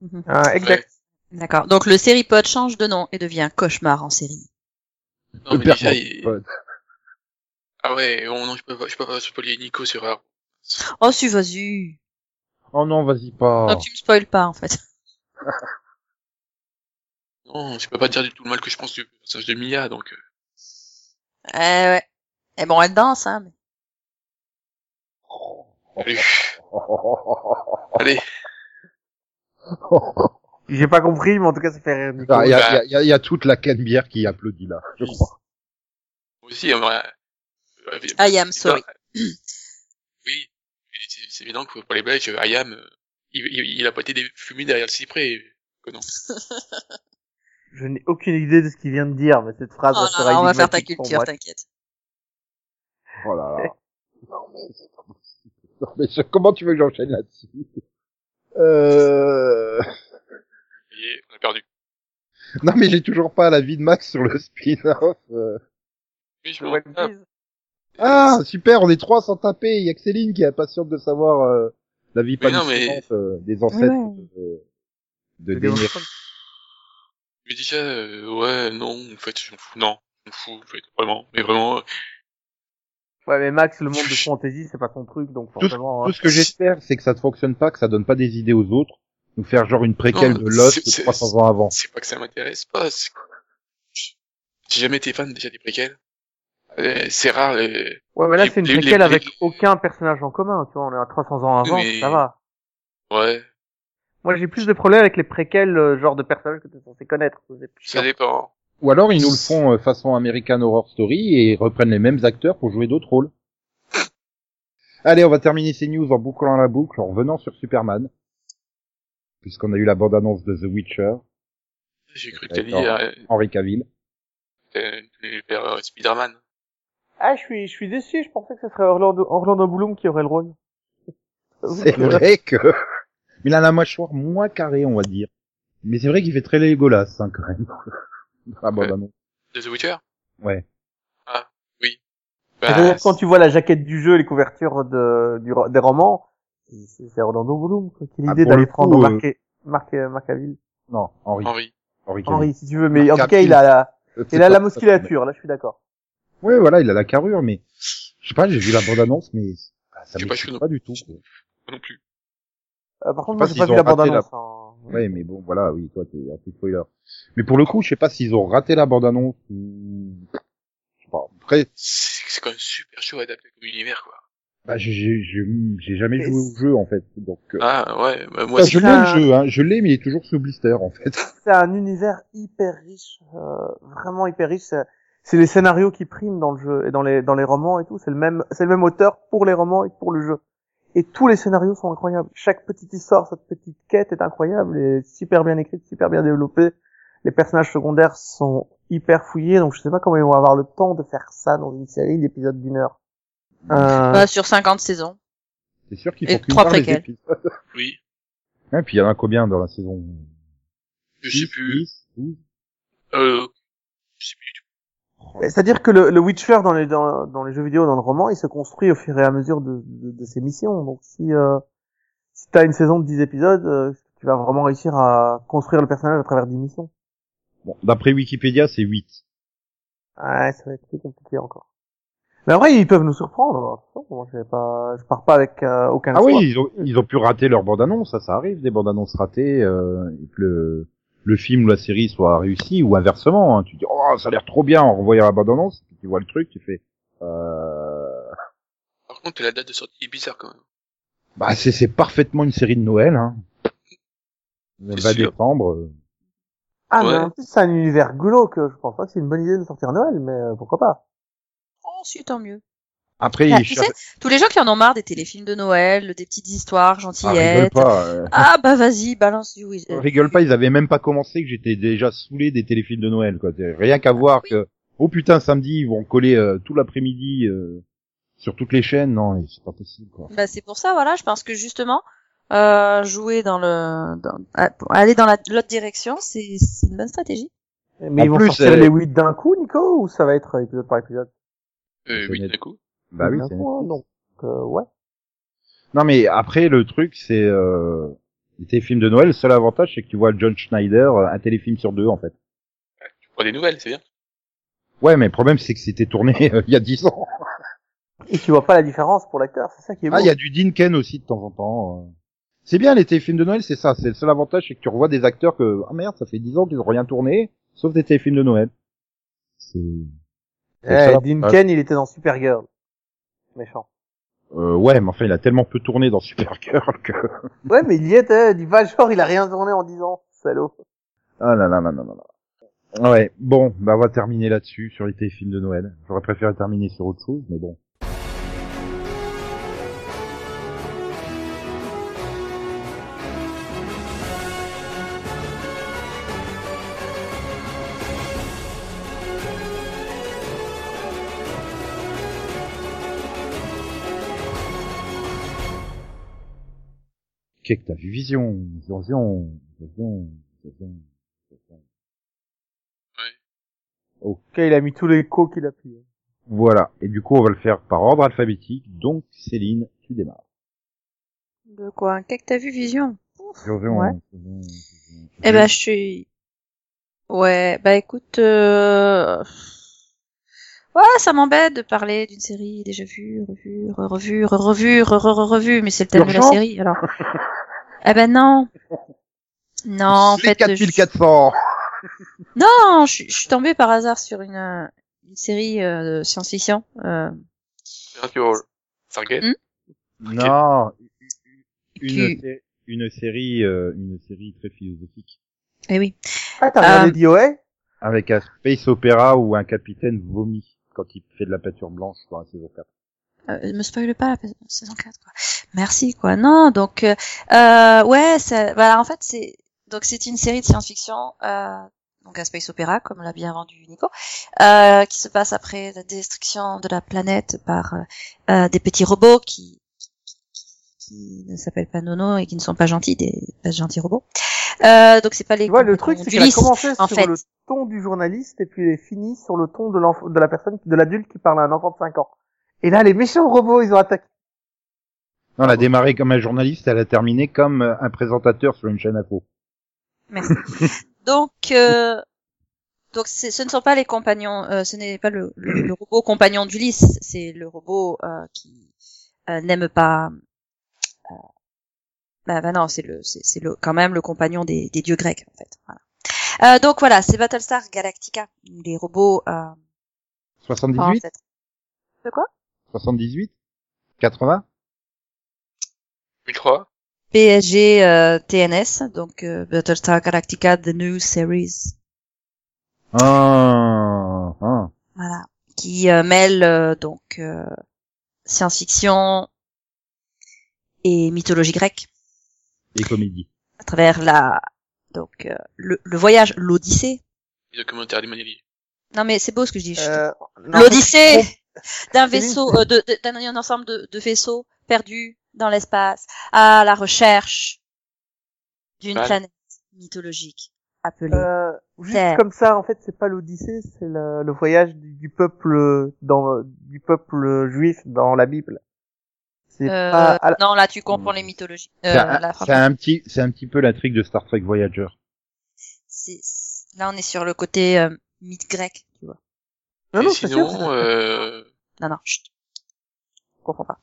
[SPEAKER 5] Mhm.
[SPEAKER 4] ah, exact.
[SPEAKER 5] D'accord. Donc le série pod change de nom et devient cauchemar en série.
[SPEAKER 3] Non, mais
[SPEAKER 2] Hyper
[SPEAKER 3] déjà,
[SPEAKER 2] bon.
[SPEAKER 3] il-
[SPEAKER 2] Ouais.
[SPEAKER 3] Ah ouais, bon, non, je peux pas, je peux pas spoiler Nico sur Arrow.
[SPEAKER 5] Oh si vas-y.
[SPEAKER 2] Oh non, vas-y pas.
[SPEAKER 5] Donc tu me spoiles pas en fait.
[SPEAKER 3] Non, je peux pas dire du tout le mal que je pense du personnage de Mia, donc... euh,
[SPEAKER 5] Eh ouais. Et bon elle danse hein. mais-
[SPEAKER 3] Allez, allez.
[SPEAKER 4] J'ai pas compris, mais en tout cas, ça fait rire. Nico.
[SPEAKER 2] Ah, Il y, a, il y a- il y a toute la canne-bière qui applaudit là, je crois.
[SPEAKER 3] Moi aussi, euh, on va...
[SPEAKER 5] I am Ah, sorry.
[SPEAKER 2] Ah,
[SPEAKER 3] Oui, mais c'est c'est évident que pour les Belges, I am, euh, il, il, il a pas été dé- fumé derrière le cyprès. Que non.
[SPEAKER 4] Je n'ai aucune idée de ce qu'il vient de dire, mais cette phrase
[SPEAKER 5] Oh, non,
[SPEAKER 4] sera
[SPEAKER 5] non, on va faire ta
[SPEAKER 4] énigmatique pour
[SPEAKER 5] culture,
[SPEAKER 4] moi.
[SPEAKER 5] t'inquiète.
[SPEAKER 2] Oh là là. Non mais, c'est pas possible. Non, mais je- comment tu veux que j'enchaîne là-dessus Euh...
[SPEAKER 3] Et on a perdu.
[SPEAKER 2] Non mais j'ai toujours pas la vie de Max sur le spin-off. euh.
[SPEAKER 3] Oui, je
[SPEAKER 4] Le
[SPEAKER 3] m'en
[SPEAKER 4] One
[SPEAKER 3] tape.
[SPEAKER 4] Piece.
[SPEAKER 2] Ah super, on est trois sans taper. Il y a que Céline qui est impatiente de savoir euh, la vie pas
[SPEAKER 3] Mais non,
[SPEAKER 2] des ancêtres euh, de
[SPEAKER 4] Le Game of
[SPEAKER 2] Daenerys.
[SPEAKER 4] Thrones.
[SPEAKER 3] Mais déjà, euh, ouais, non, en fait, je m'en fous. Non, je m'en fous, en fait, vraiment. Mais vraiment, euh,
[SPEAKER 4] Ouais, mais Max, le monde de fantasy, c'est pas son truc, donc forcément. hein,
[SPEAKER 2] Tout ce que j'espère, c'est que ça ne fonctionne pas, que ça donne pas des idées aux autres, nous faire genre une préquelle
[SPEAKER 3] Non,
[SPEAKER 2] de Lost
[SPEAKER 3] c'est- c'est-
[SPEAKER 2] 300 ans avant.
[SPEAKER 3] c'est pas que ça m'intéresse pas. c'est- J'ai jamais été fan déjà des préquels. Euh, c'est rare. euh,
[SPEAKER 4] Ouais, mais là,
[SPEAKER 3] les-
[SPEAKER 4] c'est une
[SPEAKER 3] les- les-
[SPEAKER 4] préquelle
[SPEAKER 3] les-
[SPEAKER 4] avec aucun personnage en commun, tu vois, on est à 300 ans avant,
[SPEAKER 3] Mais-
[SPEAKER 4] ça va.
[SPEAKER 3] Ouais,
[SPEAKER 4] Moi, j'ai plus de problèmes avec les préquels, euh, genre de personnages que t'es censé connaître. c'est plus
[SPEAKER 3] ça
[SPEAKER 4] chiant.
[SPEAKER 3] dépend.
[SPEAKER 2] Ou alors ils nous le font euh, façon American Horror Story et reprennent les mêmes acteurs pour jouer d'autres rôles. Allez, on va terminer ces news en bouclant la boucle, en revenant sur Superman. Puisqu'on a eu la bande-annonce de The Witcher,
[SPEAKER 3] J'ai cru que t'as dit
[SPEAKER 2] D'accord.
[SPEAKER 3] euh,
[SPEAKER 2] Henry Cavill.
[SPEAKER 3] euh, euh, vers euh, Spider-Man.
[SPEAKER 4] Ah, je suis, je suis déçu, je pensais que ce serait Orlando, Orlando Bloom qui aurait le rôle.
[SPEAKER 2] C'est vrai que... Il a la mâchoire moins carrée, on va dire. Mais c'est vrai qu'il fait très Legolas, hein, quand même. Ah bah, bah non.
[SPEAKER 3] De The Witcher
[SPEAKER 2] Ouais.
[SPEAKER 3] Ah, oui.
[SPEAKER 2] Bah,
[SPEAKER 3] Bah,
[SPEAKER 4] C'est-à-dire, quand tu vois la jaquette du jeu, les couvertures de, du, ro- des romans, c'est c'est Orlando Bloom, quoi. Quelle
[SPEAKER 2] Ah,
[SPEAKER 4] idée
[SPEAKER 2] pour
[SPEAKER 4] d'aller
[SPEAKER 2] le coup,
[SPEAKER 4] prendre
[SPEAKER 2] euh,
[SPEAKER 4] Marc, et- Marc, et- Marc Cavill.
[SPEAKER 2] Non, Henry.
[SPEAKER 3] Henri.
[SPEAKER 2] Henry Cavill.
[SPEAKER 4] Henri, si tu veux, mais en
[SPEAKER 2] Marc
[SPEAKER 4] tout cas, il a la,
[SPEAKER 2] Euh, c'est
[SPEAKER 4] il a
[SPEAKER 2] pas-
[SPEAKER 4] la musculature, là, je suis d'accord.
[SPEAKER 2] Ouais, voilà, il a la carrure, mais je sais pas, j'ai vu la bande-annonce, mais bah, ça
[SPEAKER 3] J'ai
[SPEAKER 2] me
[SPEAKER 3] pas cru non
[SPEAKER 2] pas du tout. quoi.
[SPEAKER 3] Moi non plus.
[SPEAKER 4] Euh, par
[SPEAKER 2] Je
[SPEAKER 4] contre, moi,
[SPEAKER 2] sais
[SPEAKER 4] j'ai
[SPEAKER 2] pas s'ils
[SPEAKER 4] pas vu
[SPEAKER 2] ont
[SPEAKER 4] la
[SPEAKER 2] raté
[SPEAKER 4] bande-annonce. hein.
[SPEAKER 2] Ouais, mais bon, voilà, oui, toi, t'es un petit spoiler. Mais pour le coup, je sais pas s'ils ont raté la bande-annonce ou... Je sais pas. Après,
[SPEAKER 3] C'est c'est quand même super chaud à adapter comme univers, quoi.
[SPEAKER 2] bah, j'ai- j'ai j'ai- j'ai jamais
[SPEAKER 4] Mais
[SPEAKER 2] joué au jeu, en fait, donc... euh,
[SPEAKER 3] Ah, ouais, bah, moi,
[SPEAKER 2] enfin,
[SPEAKER 3] c'est-
[SPEAKER 2] je l'ai
[SPEAKER 4] ça-
[SPEAKER 5] Ah.
[SPEAKER 2] le jeu, hein, je l'ai, mais il est toujours sous blister, en fait.
[SPEAKER 4] C'est un univers hyper riche, euh, vraiment hyper riche. C'est- C'est les scénarios qui priment dans le jeu et dans les dans les romans et tout. C'est le même c'est le même auteur pour les romans et pour le jeu. Et tous les scénarios sont incroyables. Chaque petite histoire, cette petite quête est incroyable et super bien écrite, super bien développée. Les personnages secondaires sont hyper fouillés, donc je sais pas comment ils vont avoir le temps de faire ça dans une série d'épisodes d'une heure.
[SPEAKER 2] Ah.
[SPEAKER 4] Euh,
[SPEAKER 5] Bah, sur 50 saisons.
[SPEAKER 2] C'est sûr qu'il
[SPEAKER 5] Et
[SPEAKER 2] faut qu'une
[SPEAKER 5] trois
[SPEAKER 2] part les
[SPEAKER 5] préquels.
[SPEAKER 2] épisodes.
[SPEAKER 3] oui.
[SPEAKER 2] Et puis, il y en a combien dans la saison
[SPEAKER 3] Je sais
[SPEAKER 2] 10,
[SPEAKER 3] plus.
[SPEAKER 2] 10, 12?
[SPEAKER 3] Euh, je sais plus du tout.
[SPEAKER 4] Mais C'est-à-dire que le, le Witcher dans les dans, dans les jeux vidéo, dans le roman, il se construit au fur et à mesure de, de, de ses missions. Donc si euh, si t'as une saison de 10 épisodes, euh, tu vas vraiment réussir à construire le personnage à travers 10 missions.
[SPEAKER 2] Bon, d'après Wikipédia, c'est 8.
[SPEAKER 4] Ouais, ça va être plus compliqué encore. Mais en vrai, ils peuvent nous surprendre. Attention, Moi, je vais pas, je pars pas avec euh, aucun.
[SPEAKER 2] Ah oui,
[SPEAKER 4] espoir.
[SPEAKER 2] ils ont, ils ont pu rater leur bande-annonce, ça, ça arrive, des bandes-annonces ratées, euh, et que le, le film ou la série soit réussi, ou inversement, hein. tu dis, oh, ça a l'air trop bien en revoyant la bande-annonce, puis tu vois le truc, tu fais, euh,
[SPEAKER 3] Par contre, la date de sortie est bizarre, quand même.
[SPEAKER 2] bah, c'est, c'est parfaitement une série de Noël, hein.
[SPEAKER 3] C'est
[SPEAKER 2] Elle va
[SPEAKER 3] sûr.
[SPEAKER 2] décembre, euh,
[SPEAKER 4] Ah mais
[SPEAKER 3] Ouais.
[SPEAKER 4] en plus, c'est un univers glauque. Je pense pas que c'est une bonne idée de sortir à Noël, mais euh, pourquoi pas.
[SPEAKER 5] Oh, si, tant mieux.
[SPEAKER 2] après,
[SPEAKER 5] Ah,
[SPEAKER 2] ils
[SPEAKER 5] tu
[SPEAKER 2] cherchent-
[SPEAKER 5] sais, tous les gens qui en ont marre des téléfilms de Noël, des petites histoires
[SPEAKER 2] Ah, rigole
[SPEAKER 5] gentillettes.
[SPEAKER 2] pas, euh,
[SPEAKER 5] Ah, bah, vas-y, balance du Wiz- euh,
[SPEAKER 2] rigole pas, ils avaient même pas commencé que j'étais déjà saoulé des téléfilms de Noël, quoi. C'est Rien qu'à voir que, oh putain, samedi, ils vont coller euh, tout l'après-midi, euh, sur toutes les chaînes, non, c'est pas possible, quoi.
[SPEAKER 5] Bah, c'est pour ça, voilà, je pense que justement, euh, jouer dans le, dans- à- pour aller dans la- l'autre direction, c'est c'est une bonne stratégie.
[SPEAKER 4] Mais
[SPEAKER 2] En
[SPEAKER 4] ils vont
[SPEAKER 2] plus,
[SPEAKER 4] sortir
[SPEAKER 2] euh,
[SPEAKER 4] les 8 d'un coup, Nico, ou ça va être épisode par épisode.
[SPEAKER 3] Euh,
[SPEAKER 2] C'est
[SPEAKER 3] oui,
[SPEAKER 2] net.
[SPEAKER 3] d'un coup.
[SPEAKER 2] Bah oui,
[SPEAKER 4] D'un
[SPEAKER 2] c'est
[SPEAKER 4] coup, hein, donc euh, ouais.
[SPEAKER 2] Non mais après le truc c'est euh, les téléfilms de Noël, le seul avantage c'est que tu vois John Schneider euh, un téléfilm sur deux en fait.
[SPEAKER 3] Pour des nouvelles, c'est bien.
[SPEAKER 2] Ouais mais le problème c'est que c'était tourné euh, il y a 10 ans.
[SPEAKER 4] Et tu vois pas la différence pour l'acteur, c'est ça qui est beau.
[SPEAKER 2] Ah il y a du Dinken aussi de temps en temps. euh. C'est bien les téléfilms de Noël, c'est ça, c'est le seul avantage c'est que tu revois des acteurs que ah merde, ça fait 10 ans qu'ils ont rien tourné sauf des téléfilms de Noël. C'est
[SPEAKER 4] Eh,
[SPEAKER 2] c'est ça.
[SPEAKER 4] Dean
[SPEAKER 2] Ah,
[SPEAKER 4] Ken, il était dans Supergirl. Méchant.
[SPEAKER 2] euh, ouais, mais enfin il a tellement peu tourné dans Supergirl que
[SPEAKER 4] Ouais, mais il y était, dis pas genre, il a rien tourné en 10 ans, salaud.
[SPEAKER 2] Ah là là là là là là. Ouais, bon, bah on va terminer là-dessus, sur les téléfilms de Noël. J'aurais préféré terminer sur autre chose, mais bon. Qu'est-ce que t'as vu Vision, Vision, Vision, Vision.
[SPEAKER 4] Ok, il a mis tous les coups qu'il a pu.
[SPEAKER 2] Voilà. Et du coup, on va le faire par ordre alphabétique. Donc, Céline, tu démarres.
[SPEAKER 5] De quoi? Qu'est-ce que t'as vu, Vision?
[SPEAKER 2] Ouais.
[SPEAKER 5] Eh ben, je suis. Ouais, bah écoute, euh... ouais, ça m'embête de parler d'une série déjà vue, revue, revue, revue, revue, mais c'est le thème de la
[SPEAKER 2] Urgent
[SPEAKER 5] série, alors. eh ben non. Non, en fait, je-
[SPEAKER 2] 4400
[SPEAKER 5] non, je, je suis tombée par hasard sur une, euh, une série euh, de science-fiction. euh,
[SPEAKER 3] Supernatural. Stargate.
[SPEAKER 5] Hmm.
[SPEAKER 2] Non. Une,
[SPEAKER 5] Qui-
[SPEAKER 2] sé- une série, euh, une série très philosophique.
[SPEAKER 5] Eh oui.
[SPEAKER 4] Ah, t'as regardé
[SPEAKER 5] Euh,
[SPEAKER 4] DOA
[SPEAKER 2] Avec un space opéra où un capitaine vomit quand il fait de la peinture blanche dans la saison 4.
[SPEAKER 5] Euh, me spoile pas la saison 4 quoi. Merci quoi. Non, donc euh, euh, ouais, ça, voilà en fait c'est donc c'est une série de science-fiction euh, donc un space opéra comme l'a bien vendu Nico euh, qui se passe après la destruction de la planète par euh, euh, des petits robots qui qui ne s'appellent pas Nono et qui ne sont pas gentils des pas gentils robots. Euh, donc c'est pas les
[SPEAKER 4] Tu vois, le truc, c'est qu'il a
[SPEAKER 5] d'Ulysse.
[SPEAKER 4] commencé
[SPEAKER 5] en
[SPEAKER 4] sur
[SPEAKER 5] fait.
[SPEAKER 4] le ton du journaliste et puis il est fini sur le ton de l'enfant, de la personne, de l'adulte qui parle à un enfant de 5 ans. Et là, les méchants robots, ils ont attaqué.
[SPEAKER 2] Non, elle a démarré comme un journaliste, elle a terminé comme euh, un présentateur sur une chaîne info.
[SPEAKER 5] Merci. Donc, euh, Donc c'est- ce ne sont pas les compagnons, euh, ce n'est pas le, le- le robot compagnon d'Ulysse, c'est le robot euh, qui euh, n'aime pas. euh, bah, bah non, c'est le, c'est c'est le, quand même le compagnon des, des dieux grecs en fait. Voilà. Euh, donc voilà, c'est Battlestar Galactica, les robots. Euh,
[SPEAKER 2] 78
[SPEAKER 5] ancêtres. De quoi
[SPEAKER 2] 78 80
[SPEAKER 3] 2003.
[SPEAKER 5] PSG euh, TNS, donc euh, Battlestar Galactica The New Series.
[SPEAKER 2] Ah, ah.
[SPEAKER 5] Voilà. Qui euh, mêle euh, donc euh, science-fiction et mythologie grecque
[SPEAKER 2] Et comédie.
[SPEAKER 5] à travers la donc euh, le, le voyage, l'Odyssée.
[SPEAKER 3] Les documentaires des Manelli.
[SPEAKER 5] Non mais c'est beau ce que je dis. je suis
[SPEAKER 4] Euh, non, Oh.
[SPEAKER 5] L'Odyssée d'un
[SPEAKER 4] Céline.
[SPEAKER 5] vaisseau, euh, de- de- d'un d'un ensemble de, de vaisseaux perdus dans l'espace à la recherche d'une
[SPEAKER 3] Ouais.
[SPEAKER 5] planète mythologique appelée.
[SPEAKER 4] Euh, juste
[SPEAKER 5] Terre.
[SPEAKER 4] comme ça, en fait, c'est pas l'Odyssée, c'est le, le voyage du, du peuple dans du peuple juif dans la Bible. C'est
[SPEAKER 5] Euh,
[SPEAKER 4] pas à la-
[SPEAKER 5] Non, là tu comprends les mythologies. Euh,
[SPEAKER 2] Mmh. c'est un,
[SPEAKER 5] la phrase.
[SPEAKER 2] c'est un petit, c'est un petit peu l'intrigue de Star Trek Voyager.
[SPEAKER 5] C'est- c'est- Là on est sur le côté euh, mythe grec, tu vois.
[SPEAKER 4] non,
[SPEAKER 3] Et
[SPEAKER 4] non, c'est sûr.
[SPEAKER 3] sinon, euh,
[SPEAKER 5] Non, non, chut. Je comprends pas.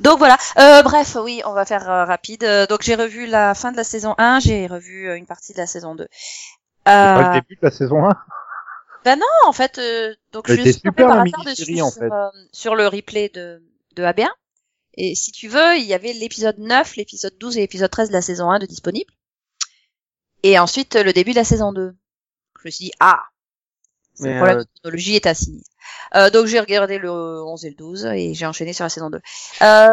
[SPEAKER 5] Donc voilà. Euh, bref, oui, on va faire euh, rapide. Euh, Donc j'ai revu la fin de la saison 1, j'ai revu euh, une partie de la saison 2.
[SPEAKER 2] C'est
[SPEAKER 5] Euh,
[SPEAKER 2] pas le début de la saison 1.
[SPEAKER 5] non, en fait, euh, donc
[SPEAKER 2] Elle
[SPEAKER 5] je
[SPEAKER 2] était
[SPEAKER 5] suis tombée
[SPEAKER 2] super,
[SPEAKER 5] par
[SPEAKER 2] la
[SPEAKER 5] hasard dessus
[SPEAKER 2] mini-série, en
[SPEAKER 5] sur,
[SPEAKER 2] fait.
[SPEAKER 5] euh, sur le replay de, de AB1. Et si tu veux, il y avait l'épisode 9, l'épisode 12 et l'épisode 13 de la saison 1 de disponible. Et ensuite, euh, le début de la saison 2. Je me suis dit, ah, c'est le
[SPEAKER 4] Mais,
[SPEAKER 5] problème
[SPEAKER 4] euh,
[SPEAKER 5] de chronologie est assigné. Euh, donc j'ai regardé le 11 et le 12 et j'ai enchaîné sur la saison 2. Euh,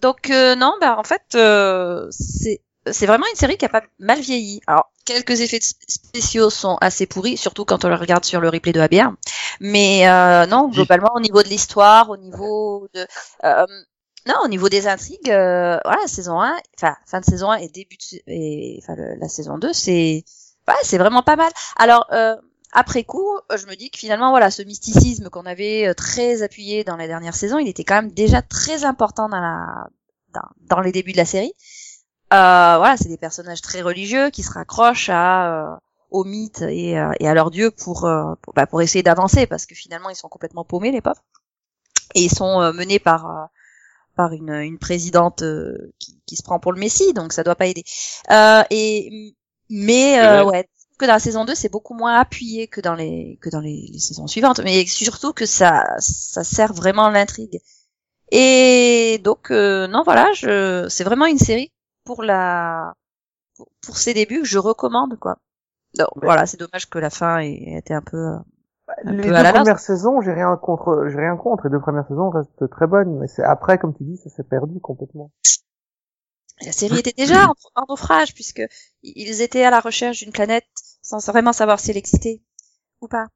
[SPEAKER 5] donc euh, non, bah en fait euh, c'est c'est vraiment une série qui a pas mal vieilli. Alors quelques effets sp- spéciaux sont assez pourris, surtout quand on le regarde sur le replay de ABR. Mais euh, non, globalement au niveau de l'histoire, au niveau de euh, non, au niveau des intrigues, euh, voilà, saison 1, enfin fin de saison 1 et début de, sa- et enfin le- la saison 2, c'est ouais, c'est vraiment pas mal. Alors euh, après coup, euh, je me dis que finalement, voilà, ce mysticisme qu'on avait euh, très appuyé dans la dernière saison, il était quand même déjà très important dans la dans, dans les débuts de la série. Euh, voilà, c'est des personnages très religieux qui se raccrochent à euh, aux mythes et, euh, et à leurs dieux pour euh, pour, bah, pour essayer d'avancer parce que finalement ils sont complètement paumés les pauvres et ils sont euh, menés par euh, par une, une présidente euh, qui, qui se prend pour le Messie donc ça doit pas aider. Euh, et mais
[SPEAKER 3] C'est
[SPEAKER 5] euh,
[SPEAKER 3] vrai.
[SPEAKER 5] ouais, que dans la saison 2, c'est beaucoup moins appuyé que dans les que dans les, les saisons suivantes, mais surtout que ça ça sert vraiment l'intrigue. Et donc euh, non voilà, je c'est vraiment une série pour la pour, pour ses débuts que je recommande quoi. Donc,
[SPEAKER 4] Ouais.
[SPEAKER 5] voilà, c'est dommage que la fin ait été un peu euh, un
[SPEAKER 4] les
[SPEAKER 5] peu
[SPEAKER 4] deux
[SPEAKER 5] à la
[SPEAKER 4] premières saisons, j'ai rien contre, j'ai rien contre. Les deux premières saisons restent très bonnes, mais c'est après, comme tu dis, ça s'est perdu complètement.
[SPEAKER 5] La série était déjà en, en naufrage puisque i- ils étaient à la recherche d'une planète sans vraiment savoir si elle existait ou pas.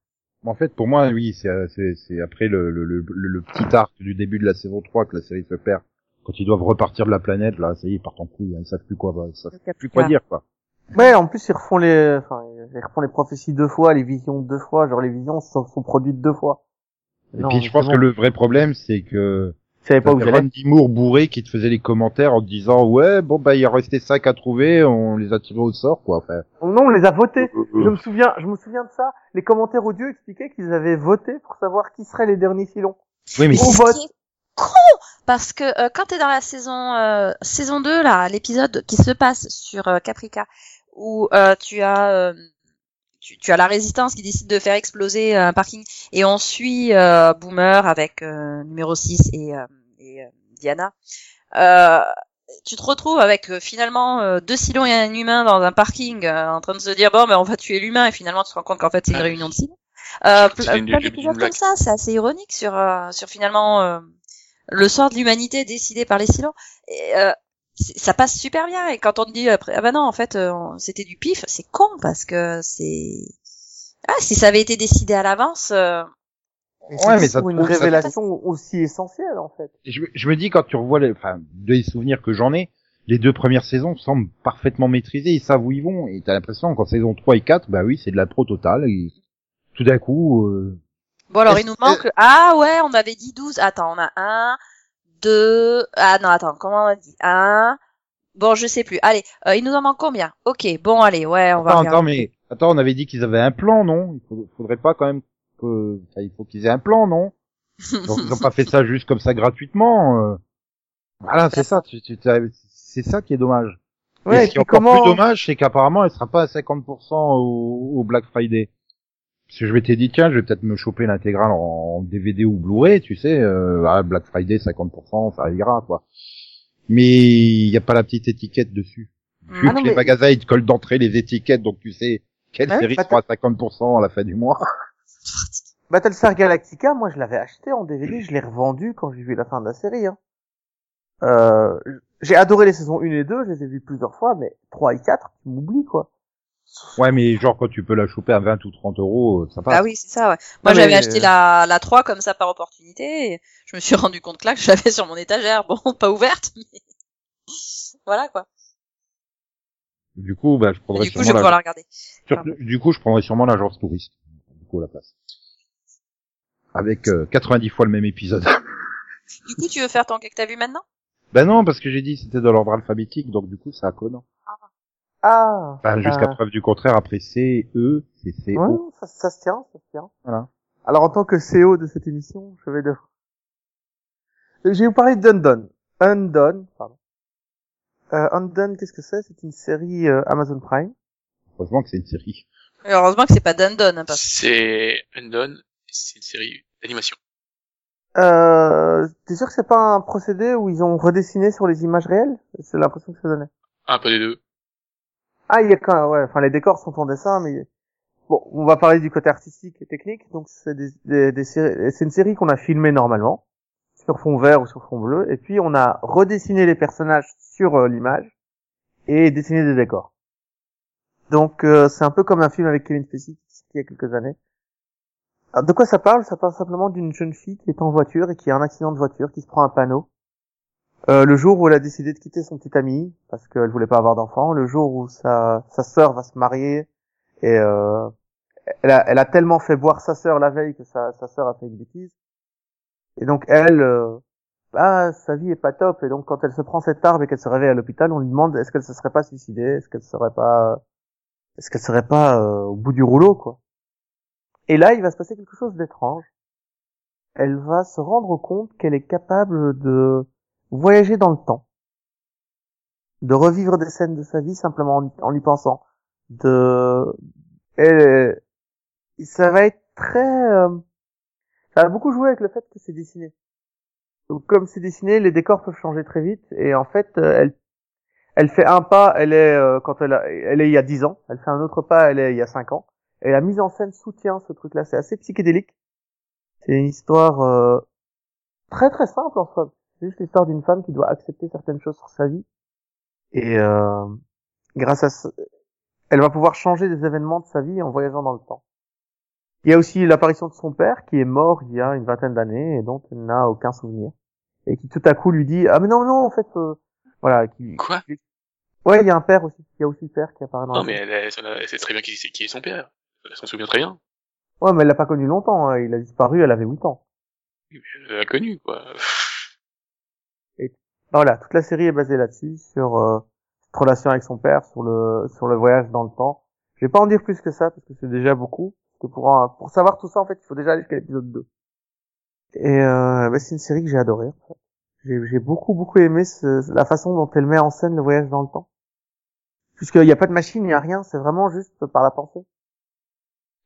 [SPEAKER 2] En fait, pour moi, oui, c'est, euh, c'est, c'est après le, le, le, le- le petit arc du début de la saison 3 que la série se perd. Quand ils doivent repartir de la planète, là, ça y est, ils partent en couille, hein, ils savent plus quoi, bah, ils savent
[SPEAKER 5] Donc, il y a
[SPEAKER 2] plus quoi
[SPEAKER 5] voilà.
[SPEAKER 2] dire, quoi.
[SPEAKER 4] Ouais, en plus ils refont les, enfin, ils refont les prophéties deux fois, les visions deux fois, genre les visions sont, sont produites deux fois.
[SPEAKER 2] Et puis, je pense que le vrai problème, c'est que
[SPEAKER 4] je savais pas où
[SPEAKER 2] t'avais
[SPEAKER 4] j'allais.
[SPEAKER 2] Randy Moore bourré qui te faisait les commentaires en te disant, ouais, bon, bah, il y a resté 5 à trouver, on les a tirés au sort, quoi. Enfin,
[SPEAKER 4] Non, on les a votés. Je me souviens, je me souviens de ça. Les commentaires audio expliquaient qu'ils avaient voté pour savoir qui seraient les derniers filons.
[SPEAKER 2] oui, mais
[SPEAKER 5] Mais
[SPEAKER 4] Au
[SPEAKER 5] c'est ce
[SPEAKER 4] vote.
[SPEAKER 5] qui est con parce que euh, quand t'es dans la saison euh, saison 2 là, l'épisode qui se passe sur euh, Caprica où euh, tu as euh, tu, tu as la résistance qui décide de faire exploser euh, un parking et on suit euh, Boomer avec euh, numéro 6 et, euh, et, euh, Diana. Euh, tu te retrouves avec euh, finalement euh, deux silons et un humain dans un parking euh, en train de se dire bon mais on va tuer l'humain et finalement tu te rends compte qu'en fait c'est une
[SPEAKER 3] Ah.
[SPEAKER 5] réunion de silons. Euh,
[SPEAKER 3] C'est
[SPEAKER 5] ple-
[SPEAKER 3] une-
[SPEAKER 5] plein
[SPEAKER 3] une- une
[SPEAKER 5] d'épisodes comme
[SPEAKER 3] blague.
[SPEAKER 5] ça, c'est assez ironique sur euh, sur finalement euh, le sort de l'humanité décidé par les silons. Et, euh, c'est- ça passe super bien et quand on te dit après ah bah non en fait euh, on- c'était du pif, c'est con parce que c'est ah si ça avait été décidé à l'avance euh,
[SPEAKER 2] Ouais, mais ça
[SPEAKER 4] pour une
[SPEAKER 2] trouve- ça-
[SPEAKER 4] révélation aussi essentielle en fait.
[SPEAKER 2] Et je, me- je me dis quand tu revois les, enfin, des souvenirs que j'en ai, les deux premières saisons semblent parfaitement maîtrisées, ils savent où ils vont, et t'as l'impression qu'en saison 3 et 4, bah oui, c'est de la pro totale, et tout d'un coup, euh,
[SPEAKER 5] Bon alors
[SPEAKER 2] Est-ce
[SPEAKER 5] il nous manque ah ouais on avait dit 12 attends on a un deux ah non attends comment on a dit un bon je sais plus allez euh, il nous en manque combien ok bon allez ouais on va
[SPEAKER 2] attends,
[SPEAKER 5] regarder.
[SPEAKER 2] attends, mais, Attends, on avait dit qu'ils avaient un plan, non Il faut- faudrait pas quand même que... enfin, il faut qu'ils aient un plan, non Donc ils ont pas fait ça juste comme ça gratuitement. euh. Voilà, c'est ça. tu- tu- t'as- c'est ça qui est dommage. et
[SPEAKER 4] Ouais, et
[SPEAKER 2] ce qui
[SPEAKER 4] puis
[SPEAKER 2] est encore
[SPEAKER 4] comment
[SPEAKER 2] plus dommage, c'est qu'apparemment, elle sera pas à 50% au, au Black Friday. Parce que je m'étais dit, tiens, je vais peut-être me choper l'intégrale en, en DVD ou Blu-ray, tu sais, euh, ah, Black Friday, 50%, ça ira, quoi. Mais il n'y a pas la petite étiquette dessus. Vu
[SPEAKER 4] Ah
[SPEAKER 2] que
[SPEAKER 4] non,
[SPEAKER 2] les
[SPEAKER 4] mais-
[SPEAKER 2] magasins, ils te collent d'entrée les étiquettes, donc tu sais quelle
[SPEAKER 4] Ah oui,
[SPEAKER 2] série
[SPEAKER 4] bah,
[SPEAKER 2] sera à 50% à la fin du mois.
[SPEAKER 4] Battlestar Galactica, moi je l'avais acheté en DVD, je l'ai revendu quand j'ai vu la fin de la série. hein. Euh, j'ai adoré les saisons 1 et 2, je les ai vues plusieurs fois, mais 3 et 4, tu m'oublies quoi.
[SPEAKER 2] Ouais, mais genre, quand tu peux la choper à 20 ou 30 euros, euh, ça passe.
[SPEAKER 5] Ah oui, c'est ça, ouais. Moi,
[SPEAKER 4] Non,
[SPEAKER 5] j'avais
[SPEAKER 4] mais- euh,
[SPEAKER 5] acheté la, la 3 comme ça par opportunité, et je me suis rendu compte que là, que je l'avais sur mon étagère. Bon, pas ouverte, mais... Voilà, quoi.
[SPEAKER 2] Du coup, bah, je prendrais
[SPEAKER 5] du coup, je vais
[SPEAKER 2] sûrement
[SPEAKER 5] pouvoir
[SPEAKER 2] la...
[SPEAKER 5] la regarder.
[SPEAKER 2] sur- du coup, je prendrais sûrement l'agence touriste. Du coup, à la place. Avec euh, 90 fois le même épisode.
[SPEAKER 5] Du coup, tu veux faire ton que t'as vu maintenant
[SPEAKER 2] ben non, parce que j'ai dit c'était dans l'ordre alphabétique, donc du coup, ça a connant.
[SPEAKER 4] Ah,
[SPEAKER 2] Enfin, jusqu'à
[SPEAKER 4] Ah.
[SPEAKER 2] preuve du contraire, après C, E, C, C,
[SPEAKER 4] Ouais,
[SPEAKER 2] O.
[SPEAKER 4] ça, ça se tient, ça se tient.
[SPEAKER 2] Voilà.
[SPEAKER 4] Alors en tant que CO de cette émission, je vais devoir... Je vais vous parler d'Undone. Undone, pardon. Euh, Undone, qu'est-ce que c'est C'est une série euh, Amazon Prime.
[SPEAKER 2] Heureusement que c'est une série.
[SPEAKER 5] Et Heureusement que c'est pas Dundon, hein, parce
[SPEAKER 3] C'est Undone, c'est une série d'animation.
[SPEAKER 4] Euh, T'es sûr que c'est pas un procédé où ils ont redessiné sur les images réelles C'est l'impression que ça donnait.
[SPEAKER 3] Un peu des deux.
[SPEAKER 4] Ah, il y a quand ouais, enfin les décors sont en dessin, mais bon, on va parler du côté artistique et technique. Donc c'est des, des, des séries- c'est une série qu'on a filmée normalement sur fond vert ou sur fond bleu, et puis on a redessiné les personnages sur euh, l'image et dessiné des décors. Donc euh, c'est un peu comme un film avec Kevin Spacey qui est sorti il y a quelques années. Alors, de quoi ça parle Ça parle simplement d'une jeune fille qui est en voiture et qui a un accident de voiture, qui se prend un panneau. Euh, le jour où elle a décidé de quitter son petit ami parce qu'elle voulait pas avoir d'enfant, le jour où sa sa sœur va se marier et euh, elle a elle a tellement fait boire sa sœur la veille que sa sa sœur a fait une bêtise et donc elle euh, bah sa vie est pas top et donc quand elle se prend cette arme et qu'elle se réveille à l'hôpital, on lui demande est-ce qu'elle se serait pas suicidée, est-ce qu'elle serait pas est-ce qu'elle serait pas euh, au bout du rouleau quoi. Et là, il va se passer quelque chose d'étrange. Elle va se rendre compte qu'elle est capable de voyager dans le temps, de revivre des scènes de sa vie simplement en, en y pensant, de, et ça va être très, euh, ça va beaucoup jouer avec le fait que c'est dessiné. Donc comme c'est dessiné, les décors peuvent changer très vite et en fait, euh, elle, elle fait un pas, elle est euh, quand elle, a- elle est il y a 10 ans, elle fait un autre pas, elle est il y a 5 ans. Et la mise en scène soutient ce truc-là, c'est assez psychédélique. C'est une histoire euh, très très simple en soi. C'est juste l'histoire d'une femme qui doit accepter certaines choses sur sa vie. Et euh, grâce à ce... Elle va pouvoir changer des événements de sa vie en voyageant dans le temps. Il y a aussi l'apparition de son père qui est mort il y a une vingtaine d'années et dont elle n'a aucun souvenir. Et qui tout à coup lui dit « Ah mais non, non, en fait... euh, Voilà, qui...
[SPEAKER 3] Quoi
[SPEAKER 4] Ouais, il y a un père aussi. Il y a aussi le père qui apparaît dans la
[SPEAKER 3] Non, mais elle, elle- elle sait très bien qui, c'est- qui est son père. Elle s'en souvient très bien.
[SPEAKER 4] Ouais, mais elle l'a pas connu longtemps. hein. Il a disparu, elle avait 8 ans.
[SPEAKER 3] Elle l'a connu, quoi.
[SPEAKER 4] Voilà, toute la série est basée là-dessus, sur euh, cette relation avec son père, sur le sur le voyage dans le temps. Je vais pas en dire plus que ça parce que c'est déjà beaucoup. Parce que pour un- pour savoir tout ça, en fait, il faut déjà aller jusqu'à l'épisode 2. Et euh, bah, c'est une série que j'ai adorée. en fait. J'ai j'ai beaucoup beaucoup aimé ce- la façon dont elle met en scène le voyage dans le temps. Puisqu'il n'y a pas de machine, il n'y a rien, c'est vraiment juste par la pensée.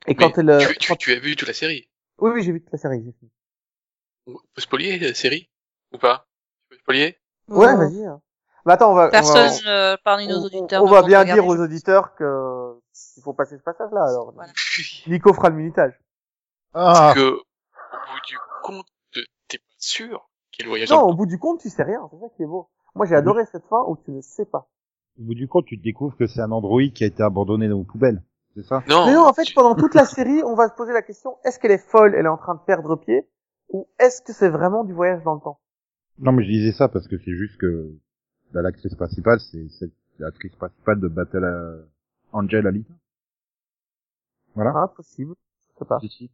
[SPEAKER 4] Et quand
[SPEAKER 3] Mais
[SPEAKER 4] elle... euh,
[SPEAKER 3] tu, tu- tu as vu toute la série.
[SPEAKER 4] Oui, oui, j'ai vu toute la série. j'ai fini.
[SPEAKER 3] On peut spolier la série Ou pas Tu peux spolier
[SPEAKER 4] Ouais,
[SPEAKER 5] euh,
[SPEAKER 4] vas-y. hein. Mais attends, on va... on va-
[SPEAKER 5] personne euh, parmi nos
[SPEAKER 4] on-
[SPEAKER 5] auditeurs.
[SPEAKER 4] on
[SPEAKER 5] ne
[SPEAKER 4] va
[SPEAKER 5] vont
[SPEAKER 4] bien
[SPEAKER 5] regarder,
[SPEAKER 4] dire aux
[SPEAKER 5] je-
[SPEAKER 4] auditeurs que il faut passer ce passage-là. Alors,
[SPEAKER 5] Voilà.
[SPEAKER 4] Nico fera le minutage.
[SPEAKER 2] Ah,
[SPEAKER 3] Parce que, au bout du compte, t'es pas sûr qu'elle voyage
[SPEAKER 4] Non,
[SPEAKER 3] dans
[SPEAKER 4] au bout du compte, tu sais rien. C'est ça qui est beau. Moi, j'ai adoré cette fin où tu ne sais pas.
[SPEAKER 2] au bout du compte, tu te découvres que c'est un androïde qui a été abandonné dans aux poubelles. C'est ça
[SPEAKER 3] le- Non,
[SPEAKER 4] Mais non, en fait,
[SPEAKER 3] tu-
[SPEAKER 4] pendant toute la série, on va se poser la question est-ce qu'elle est folle Elle est en train de perdre pied Ou est-ce que c'est vraiment du voyage dans le temps
[SPEAKER 2] Non, mais je disais ça parce que c'est juste que bah, l'actrice principale, c'est c'est l'actrice principale de Battle euh, Angel Alita. Voilà.
[SPEAKER 4] Hein, Possible. Je sais pas.
[SPEAKER 2] Si, si.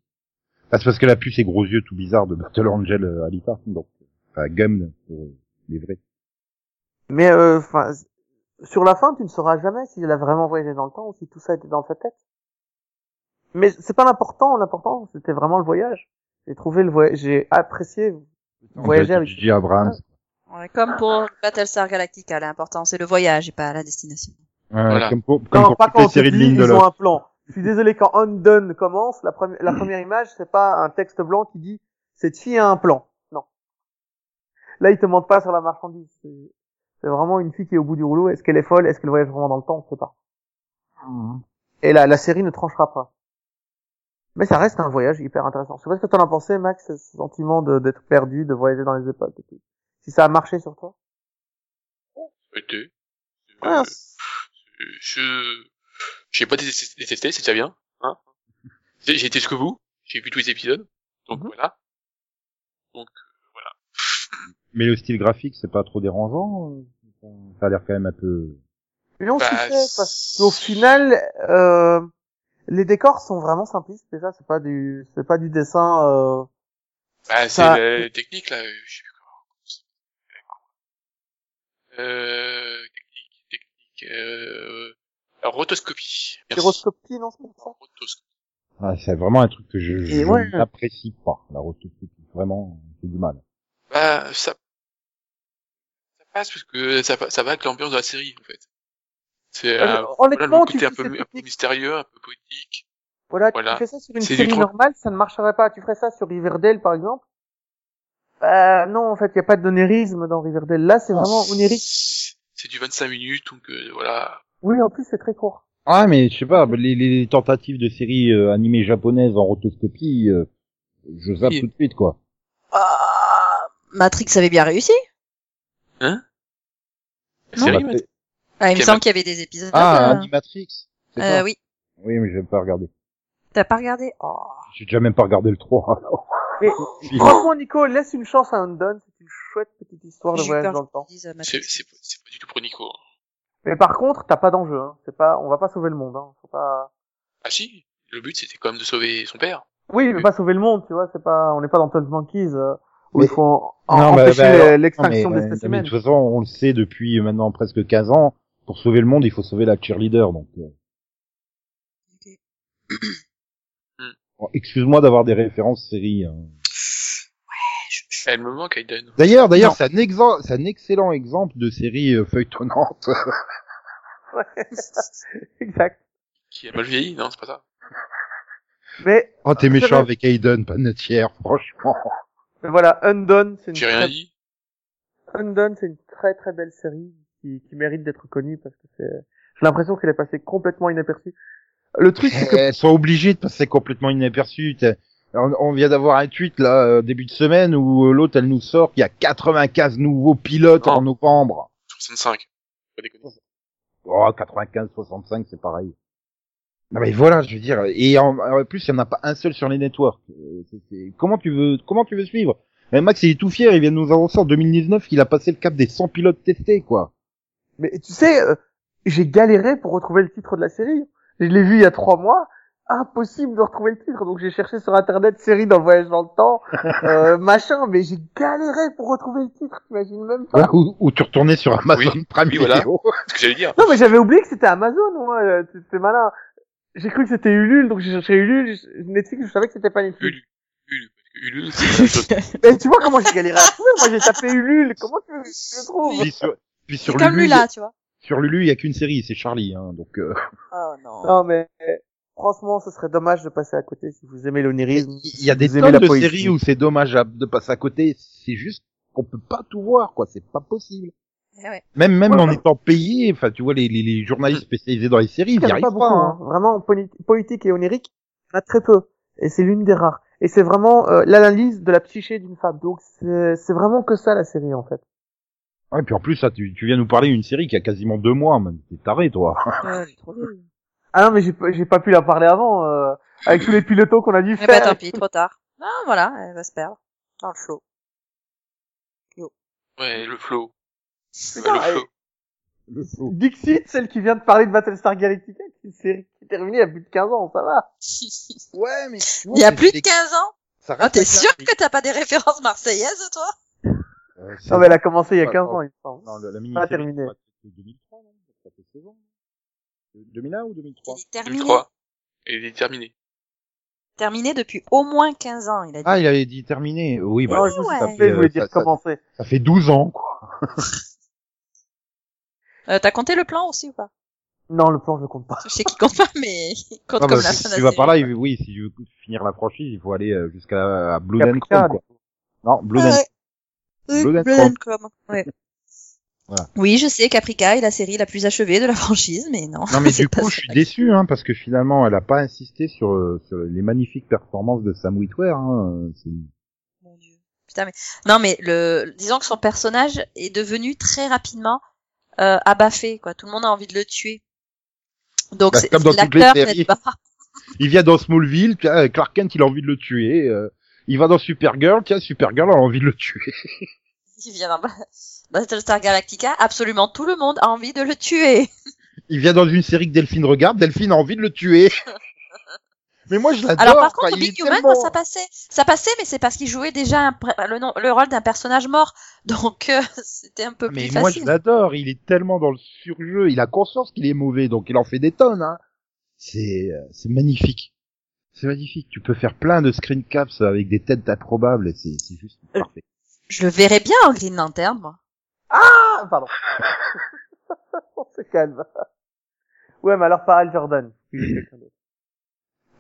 [SPEAKER 2] Ah, c'est parce qu'elle a plus ses gros yeux tout bizarres de Battle Angel euh, Alita, donc enfin Gum pour euh, les vrais.
[SPEAKER 4] Mais euh, enfin, sur la fin, tu ne sauras jamais si elle a vraiment voyagé dans le temps ou si tout ça était dans sa tête. Mais c'est pas l'important. L'important, c'était vraiment le voyage. J'ai trouvé le voyage, j'ai apprécié voyager avec.
[SPEAKER 2] J.J.
[SPEAKER 4] Ah.
[SPEAKER 2] Abrams.
[SPEAKER 5] Ouais, comme pour Battlestar Galactica, l'important c'est le voyage et pas la destination.
[SPEAKER 2] Ouais,
[SPEAKER 3] Voilà.
[SPEAKER 2] Comme pour, comme
[SPEAKER 4] Non,
[SPEAKER 2] pour
[SPEAKER 4] pas
[SPEAKER 2] toutes les
[SPEAKER 4] quand on
[SPEAKER 2] séries
[SPEAKER 4] te
[SPEAKER 2] de hein.
[SPEAKER 4] dit, ils
[SPEAKER 2] Lindelof.
[SPEAKER 4] ont un plan. Je suis désolé, quand Undone commence, la, premi- la première image, c'est pas un texte blanc qui dit « Cette fille a un plan ». Non. Là, ils te mentent pas sur la marchandise. C'est c'est vraiment une fille qui est au bout du rouleau. Est-ce qu'elle est folle Est-ce qu'elle voyage vraiment dans le temps On sait pas.
[SPEAKER 2] Mm.
[SPEAKER 4] Et là, la série ne tranchera pas. Mais ça reste un voyage hyper intéressant. Je sais pas ce que t'en as pensé, Max, ce sentiment de- d'être perdu, de voyager dans les époques et tout. Si ça a marché sur toi
[SPEAKER 3] Peut-être.
[SPEAKER 4] Ah,
[SPEAKER 3] Euh, je j'ai pas détesté, détesté, c'est déjà bien hein j'ai j'ai été jusqu'au bout j'ai vu tous les épisodes donc
[SPEAKER 4] Mhm.
[SPEAKER 3] voilà
[SPEAKER 2] Mais le style graphique, c'est pas trop dérangeant. euh, Ça a l'air quand même un peu...
[SPEAKER 4] Mais on s'y
[SPEAKER 3] Bah,
[SPEAKER 4] fait, parce qu'au final, euh, les décors sont vraiment simplistes déjà. C'est pas du, c'est pas du dessin. Euh...
[SPEAKER 3] bah, c'est
[SPEAKER 4] Ça-
[SPEAKER 3] la technique là euh, je sais plus comment euh, technique technique euh... alors rotoscopie merci
[SPEAKER 4] Gyroscopie, non, c'est pas ça.
[SPEAKER 3] Rotoscopie.
[SPEAKER 2] Ah, c'est vraiment un truc que je, je
[SPEAKER 4] Et ouais.
[SPEAKER 2] n'apprécie pas. La rotoscopie, vraiment, c'est du mal.
[SPEAKER 3] bah ça ça passe parce que ça va- ça va avec l'ambiance de la série en fait c'est
[SPEAKER 4] Euh,
[SPEAKER 3] euh, voilà
[SPEAKER 4] Honnêtement,
[SPEAKER 3] le
[SPEAKER 4] tu
[SPEAKER 3] côté
[SPEAKER 4] fais
[SPEAKER 3] un peu,
[SPEAKER 4] cette
[SPEAKER 3] un peu
[SPEAKER 4] technique-
[SPEAKER 3] mystérieux un peu poétique
[SPEAKER 4] Voilà,
[SPEAKER 3] Voilà.
[SPEAKER 4] tu fais ça sur une
[SPEAKER 3] C'est du
[SPEAKER 4] série
[SPEAKER 3] trop-
[SPEAKER 4] normale, ça ne marcherait pas. Tu ferais ça sur Riverdale, par exemple. Bah non, en fait, il y a pas d'onérisme dans Riverdale. Là,
[SPEAKER 3] Ah,
[SPEAKER 4] c'est vraiment onérique.
[SPEAKER 3] c'est du 25 minutes donc euh, voilà
[SPEAKER 4] Oui, en plus, c'est très court.
[SPEAKER 2] Ah mais je sais pas, les, les tentatives de séries euh, animées japonaises en rotoscopie, euh, je zappe
[SPEAKER 3] Oui.
[SPEAKER 2] tout de suite quoi.
[SPEAKER 5] Ah, Matrix avait bien réussi.
[SPEAKER 3] La série, ouais.
[SPEAKER 5] Ah, il me
[SPEAKER 3] Ok,
[SPEAKER 5] semble qu'il y avait des épisodes.
[SPEAKER 2] Ah,
[SPEAKER 5] euh,
[SPEAKER 2] Animatrix. c'est
[SPEAKER 5] euh,
[SPEAKER 2] ça
[SPEAKER 5] oui.
[SPEAKER 2] Oui mais j'ai pas regardé.
[SPEAKER 5] T'as pas regardé Oh.
[SPEAKER 2] J'ai déjà même pas regardé le hein. 3.
[SPEAKER 4] Mais
[SPEAKER 2] Puis-
[SPEAKER 4] franchement, Nico, laisse une chance à Undone. C'est une chouette petite histoire de
[SPEAKER 5] J'ai eu
[SPEAKER 4] voyage
[SPEAKER 5] peur
[SPEAKER 4] dans le temps.
[SPEAKER 5] qu'ils disent, euh, Matrix.
[SPEAKER 3] c'est c'est c'est pas du tout pour Nico hein.
[SPEAKER 4] Mais par contre, t'as pas d'enjeu. Hein. C'est pas, on va pas sauver le monde. Hein. Faut pas.
[SPEAKER 3] Ah si, le but c'était quand même de sauver son père.
[SPEAKER 4] Oui, il veut
[SPEAKER 3] Oui.
[SPEAKER 4] pas sauver le monde, tu vois, c'est pas, on n'est pas dans Tall Monkeys, euh, où
[SPEAKER 2] Mais-
[SPEAKER 4] il faut en-
[SPEAKER 2] Non,
[SPEAKER 4] en-
[SPEAKER 2] bah,
[SPEAKER 4] empêcher
[SPEAKER 2] bah,
[SPEAKER 4] le-
[SPEAKER 2] alors,
[SPEAKER 4] l'extinction
[SPEAKER 2] Non,
[SPEAKER 4] des
[SPEAKER 2] mais,
[SPEAKER 4] espèces
[SPEAKER 2] euh, mais de
[SPEAKER 4] humaines.
[SPEAKER 2] toute façon, on le sait depuis maintenant presque 15 ans, pour sauver le monde, il faut sauver la cheerleader donc. euh.
[SPEAKER 3] Hmm.
[SPEAKER 2] Bon, Oh, Excuse-moi d'avoir des références séries. hein.
[SPEAKER 3] Elle me manque Aiden.
[SPEAKER 2] D'ailleurs, d'ailleurs, c'est un, exem- c'est un excellent exemple de série euh, feuilletonnante.
[SPEAKER 4] exact.
[SPEAKER 3] Qui a mal vieilli, non c'est pas ça.
[SPEAKER 4] Mais,
[SPEAKER 2] Oh, t'es
[SPEAKER 4] C'est
[SPEAKER 2] méchant
[SPEAKER 4] vrai.
[SPEAKER 2] avec Hayden, pas notre tiers, franchement.
[SPEAKER 4] mais voilà, Undone, c'est une,
[SPEAKER 3] J'ai rien
[SPEAKER 4] très,
[SPEAKER 3] dit.
[SPEAKER 4] Undone, c'est une très très belle série qui, qui mérite d'être connue parce que c'est, j'ai l'impression qu'elle est passée complètement inaperçue. Le truc, c'est que,
[SPEAKER 2] Elles sont obligées Eh, de passer complètement inaperçues. T'as- On on vient d'avoir un tweet là euh, début de semaine où euh, l'autre elle nous sort qu'il y a 95 nouveaux pilotes
[SPEAKER 3] Non.
[SPEAKER 2] en novembre.
[SPEAKER 3] 65. Pas déconner.
[SPEAKER 2] Oh 95 65 c'est pareil. Non mais voilà je veux dire et en, en plus il y en a pas un seul sur les networks. Euh, c'est- c'est- Comment tu veux comment tu veux suivre Mais Max il est tout fier il vient de nous annoncer en 2019 qu'il a passé le cap des 100 pilotes testés quoi.
[SPEAKER 4] mais tu sais, euh, j'ai galéré pour retrouver le titre de la série. Je l'ai vu il y a trois mois. Impossible de retrouver le titre, donc j'ai cherché sur internet série dans le voyage dans le temps, euh, machin, mais j'ai galéré pour retrouver le titre, t'imagines même pas.
[SPEAKER 2] Voilà, Ou, ou tu retournais sur Amazon
[SPEAKER 3] Oui,
[SPEAKER 2] Prime
[SPEAKER 3] oui, voilà.
[SPEAKER 2] Video.
[SPEAKER 3] C'est ce que j'allais dire.
[SPEAKER 4] Non, mais j'avais oublié que c'était Amazon, moi. euh, t'es- T'es malin. J'ai cru que c'était Ulule, donc j'ai cherché Ulule. j'ai- Netflix, je savais que c'était pas Netflix.
[SPEAKER 3] Ulule. Ulule. Ulule, c'est la chose.
[SPEAKER 4] Et tu vois comment j'ai galéré à trouver Moi, j'ai tapé Ulule. Comment tu veux que je le trouve
[SPEAKER 2] Puis sur, puis
[SPEAKER 5] C'est
[SPEAKER 2] sur
[SPEAKER 5] comme
[SPEAKER 2] Lulu,
[SPEAKER 5] Lula, tu vois.
[SPEAKER 2] Sur Lulu, il y a qu'une série, c'est Charlie, hein, donc. Euh...
[SPEAKER 5] Oh non.
[SPEAKER 4] Non, mais euh, franchement, ce serait dommage de passer à côté si vous aimez l'onirisme.
[SPEAKER 2] Il y a
[SPEAKER 4] si
[SPEAKER 2] des
[SPEAKER 4] vous aimez
[SPEAKER 2] tonnes
[SPEAKER 4] la
[SPEAKER 2] de
[SPEAKER 4] poésie.
[SPEAKER 2] séries où c'est dommageable de passer à côté. C'est juste qu'on peut pas tout voir, quoi. C'est pas possible.
[SPEAKER 5] Eh ouais.
[SPEAKER 2] Même même
[SPEAKER 4] Ouais.
[SPEAKER 2] en étant payé, enfin, tu vois, les, les, les journalistes spécialisés dans les séries, ils
[SPEAKER 4] Il
[SPEAKER 2] n'y
[SPEAKER 4] y en a
[SPEAKER 2] arrivent
[SPEAKER 4] pas
[SPEAKER 2] pas.
[SPEAKER 4] beaucoup. Hein.
[SPEAKER 2] hein.
[SPEAKER 4] Vraiment, poli- poétique et onirique, il y en a très peu. Et c'est l'une des rares. Et c'est vraiment euh, l'analyse de la psyché d'une femme. Donc, c'est c'est vraiment que ça, la série, en fait.
[SPEAKER 2] Ouais, puis en plus, ça, tu, tu viens nous parler d'une série qui a quasiment deux mois, man. T'es taré, toi.
[SPEAKER 5] Euh, elle est trop vieille.
[SPEAKER 4] Ah non, mais j'ai pas- j'ai pas pu la parler avant, euh, avec tous les pilotos qu'on a dû
[SPEAKER 5] Eh
[SPEAKER 4] faire.
[SPEAKER 5] ben tant pis, trop tard. Non, voilà, elle va se perdre. Dans le flot.
[SPEAKER 3] Ouais, le flow.
[SPEAKER 4] C'est
[SPEAKER 3] Bah,
[SPEAKER 4] ça,
[SPEAKER 3] le flow.
[SPEAKER 4] Dixit, celle qui vient de parler de Battlestar Galactica, qui est une série qui est terminée il y a plus de 15 ans, ça va.
[SPEAKER 2] Ouais, mais.
[SPEAKER 5] Il y a plus de 15 ans
[SPEAKER 2] Ça
[SPEAKER 5] Ah, T'es sûr que t'as pas des références marseillaises, toi
[SPEAKER 4] Non, mais elle a commencé il y a
[SPEAKER 2] Ouais,
[SPEAKER 4] 15
[SPEAKER 2] non.
[SPEAKER 4] ans, il me semble.
[SPEAKER 2] Non, le- la mini
[SPEAKER 4] terminé.
[SPEAKER 2] 2003, non Ça fait saison. 2001 ou 2003
[SPEAKER 5] Il est terminé.
[SPEAKER 3] 2003. Et il est terminé.
[SPEAKER 5] Terminé depuis au moins 15 ans, il a dit.
[SPEAKER 2] Ah, il avait dit terminé. Oui, bah,
[SPEAKER 4] Non, je me suis
[SPEAKER 5] Ah ouais.
[SPEAKER 4] tapé, je
[SPEAKER 2] euh,
[SPEAKER 4] voulais
[SPEAKER 2] ça-
[SPEAKER 4] dire
[SPEAKER 2] ça-
[SPEAKER 4] commencer.
[SPEAKER 2] ça fait 12 ans, quoi.
[SPEAKER 5] Euh, T'as compté le plan aussi ou pas
[SPEAKER 4] Non, le plan, je le compte pas.
[SPEAKER 5] Je sais qu'il compte pas, mais il compte
[SPEAKER 2] Non,
[SPEAKER 5] comme
[SPEAKER 2] bah,
[SPEAKER 5] la
[SPEAKER 2] si
[SPEAKER 5] fin de
[SPEAKER 2] tu
[SPEAKER 5] la
[SPEAKER 2] vas par là,
[SPEAKER 5] série.
[SPEAKER 2] il- oui, si tu veux finir la franchise, il faut aller euh, jusqu'à à Blood and
[SPEAKER 4] Caprica,
[SPEAKER 2] Chrome, quoi. Non, Blood
[SPEAKER 5] Ah
[SPEAKER 2] and...
[SPEAKER 5] ouais. Oui,
[SPEAKER 2] Blood and
[SPEAKER 5] Blood and Chrome, ouais.
[SPEAKER 2] Voilà.
[SPEAKER 5] Oui, je sais, Caprica est la série la plus achevée de la franchise, mais non.
[SPEAKER 2] Non, mais
[SPEAKER 5] c'est
[SPEAKER 2] du
[SPEAKER 5] pas
[SPEAKER 2] coup,
[SPEAKER 5] ça.
[SPEAKER 2] je suis déçu, hein, parce que finalement, elle a pas insisté sur, euh, sur les magnifiques performances de Sam Witwer, hein. euh, c'est-
[SPEAKER 5] Mon Dieu. Putain, mais non, mais le disons que son personnage est devenu très rapidement euh, abaffé, quoi. Tout le monde a envie de le tuer. Donc
[SPEAKER 2] Bah,
[SPEAKER 5] c'est-
[SPEAKER 2] comme dans toutes les
[SPEAKER 5] l'acteur
[SPEAKER 2] séries.
[SPEAKER 5] n'aide pas.
[SPEAKER 2] Il vient dans Smallville, tiens, euh, Clark Kent, il a envie de le tuer, euh, il va dans Supergirl, tiens, Supergirl, elle a envie de le tuer.
[SPEAKER 5] Il vient dans Battlestar Galactica. Absolument tout le monde a envie de le tuer.
[SPEAKER 2] Il vient dans une série que Delphine regarde, Delphine a envie de le tuer. mais moi, je l'adore.
[SPEAKER 5] Alors par
[SPEAKER 2] quoi,
[SPEAKER 5] contre,
[SPEAKER 2] il est
[SPEAKER 5] Big Human,
[SPEAKER 2] tellement-
[SPEAKER 5] moi, ça passait, ça passait, mais c'est parce qu'il jouait déjà un pr- le, nom- le rôle d'un personnage mort, donc euh, c'était un peu
[SPEAKER 2] Ah, Mais
[SPEAKER 5] plus
[SPEAKER 2] moi, je
[SPEAKER 5] facile.
[SPEAKER 2] l'adore. Il est tellement dans le surjeu. Il a conscience qu'il est mauvais, donc il en fait des tonnes. Hein. C'est, euh, c'est magnifique. C'est magnifique. Tu peux faire plein de screen caps avec des têtes improbables. C'est, c'est juste
[SPEAKER 4] Euh.
[SPEAKER 2] parfait.
[SPEAKER 5] Je le verrais bien en Green Lantern, moi.
[SPEAKER 4] Ah, pardon. On se calme. Ouais, mais alors pas Al Jordan. Il est quelqu'un d'autre.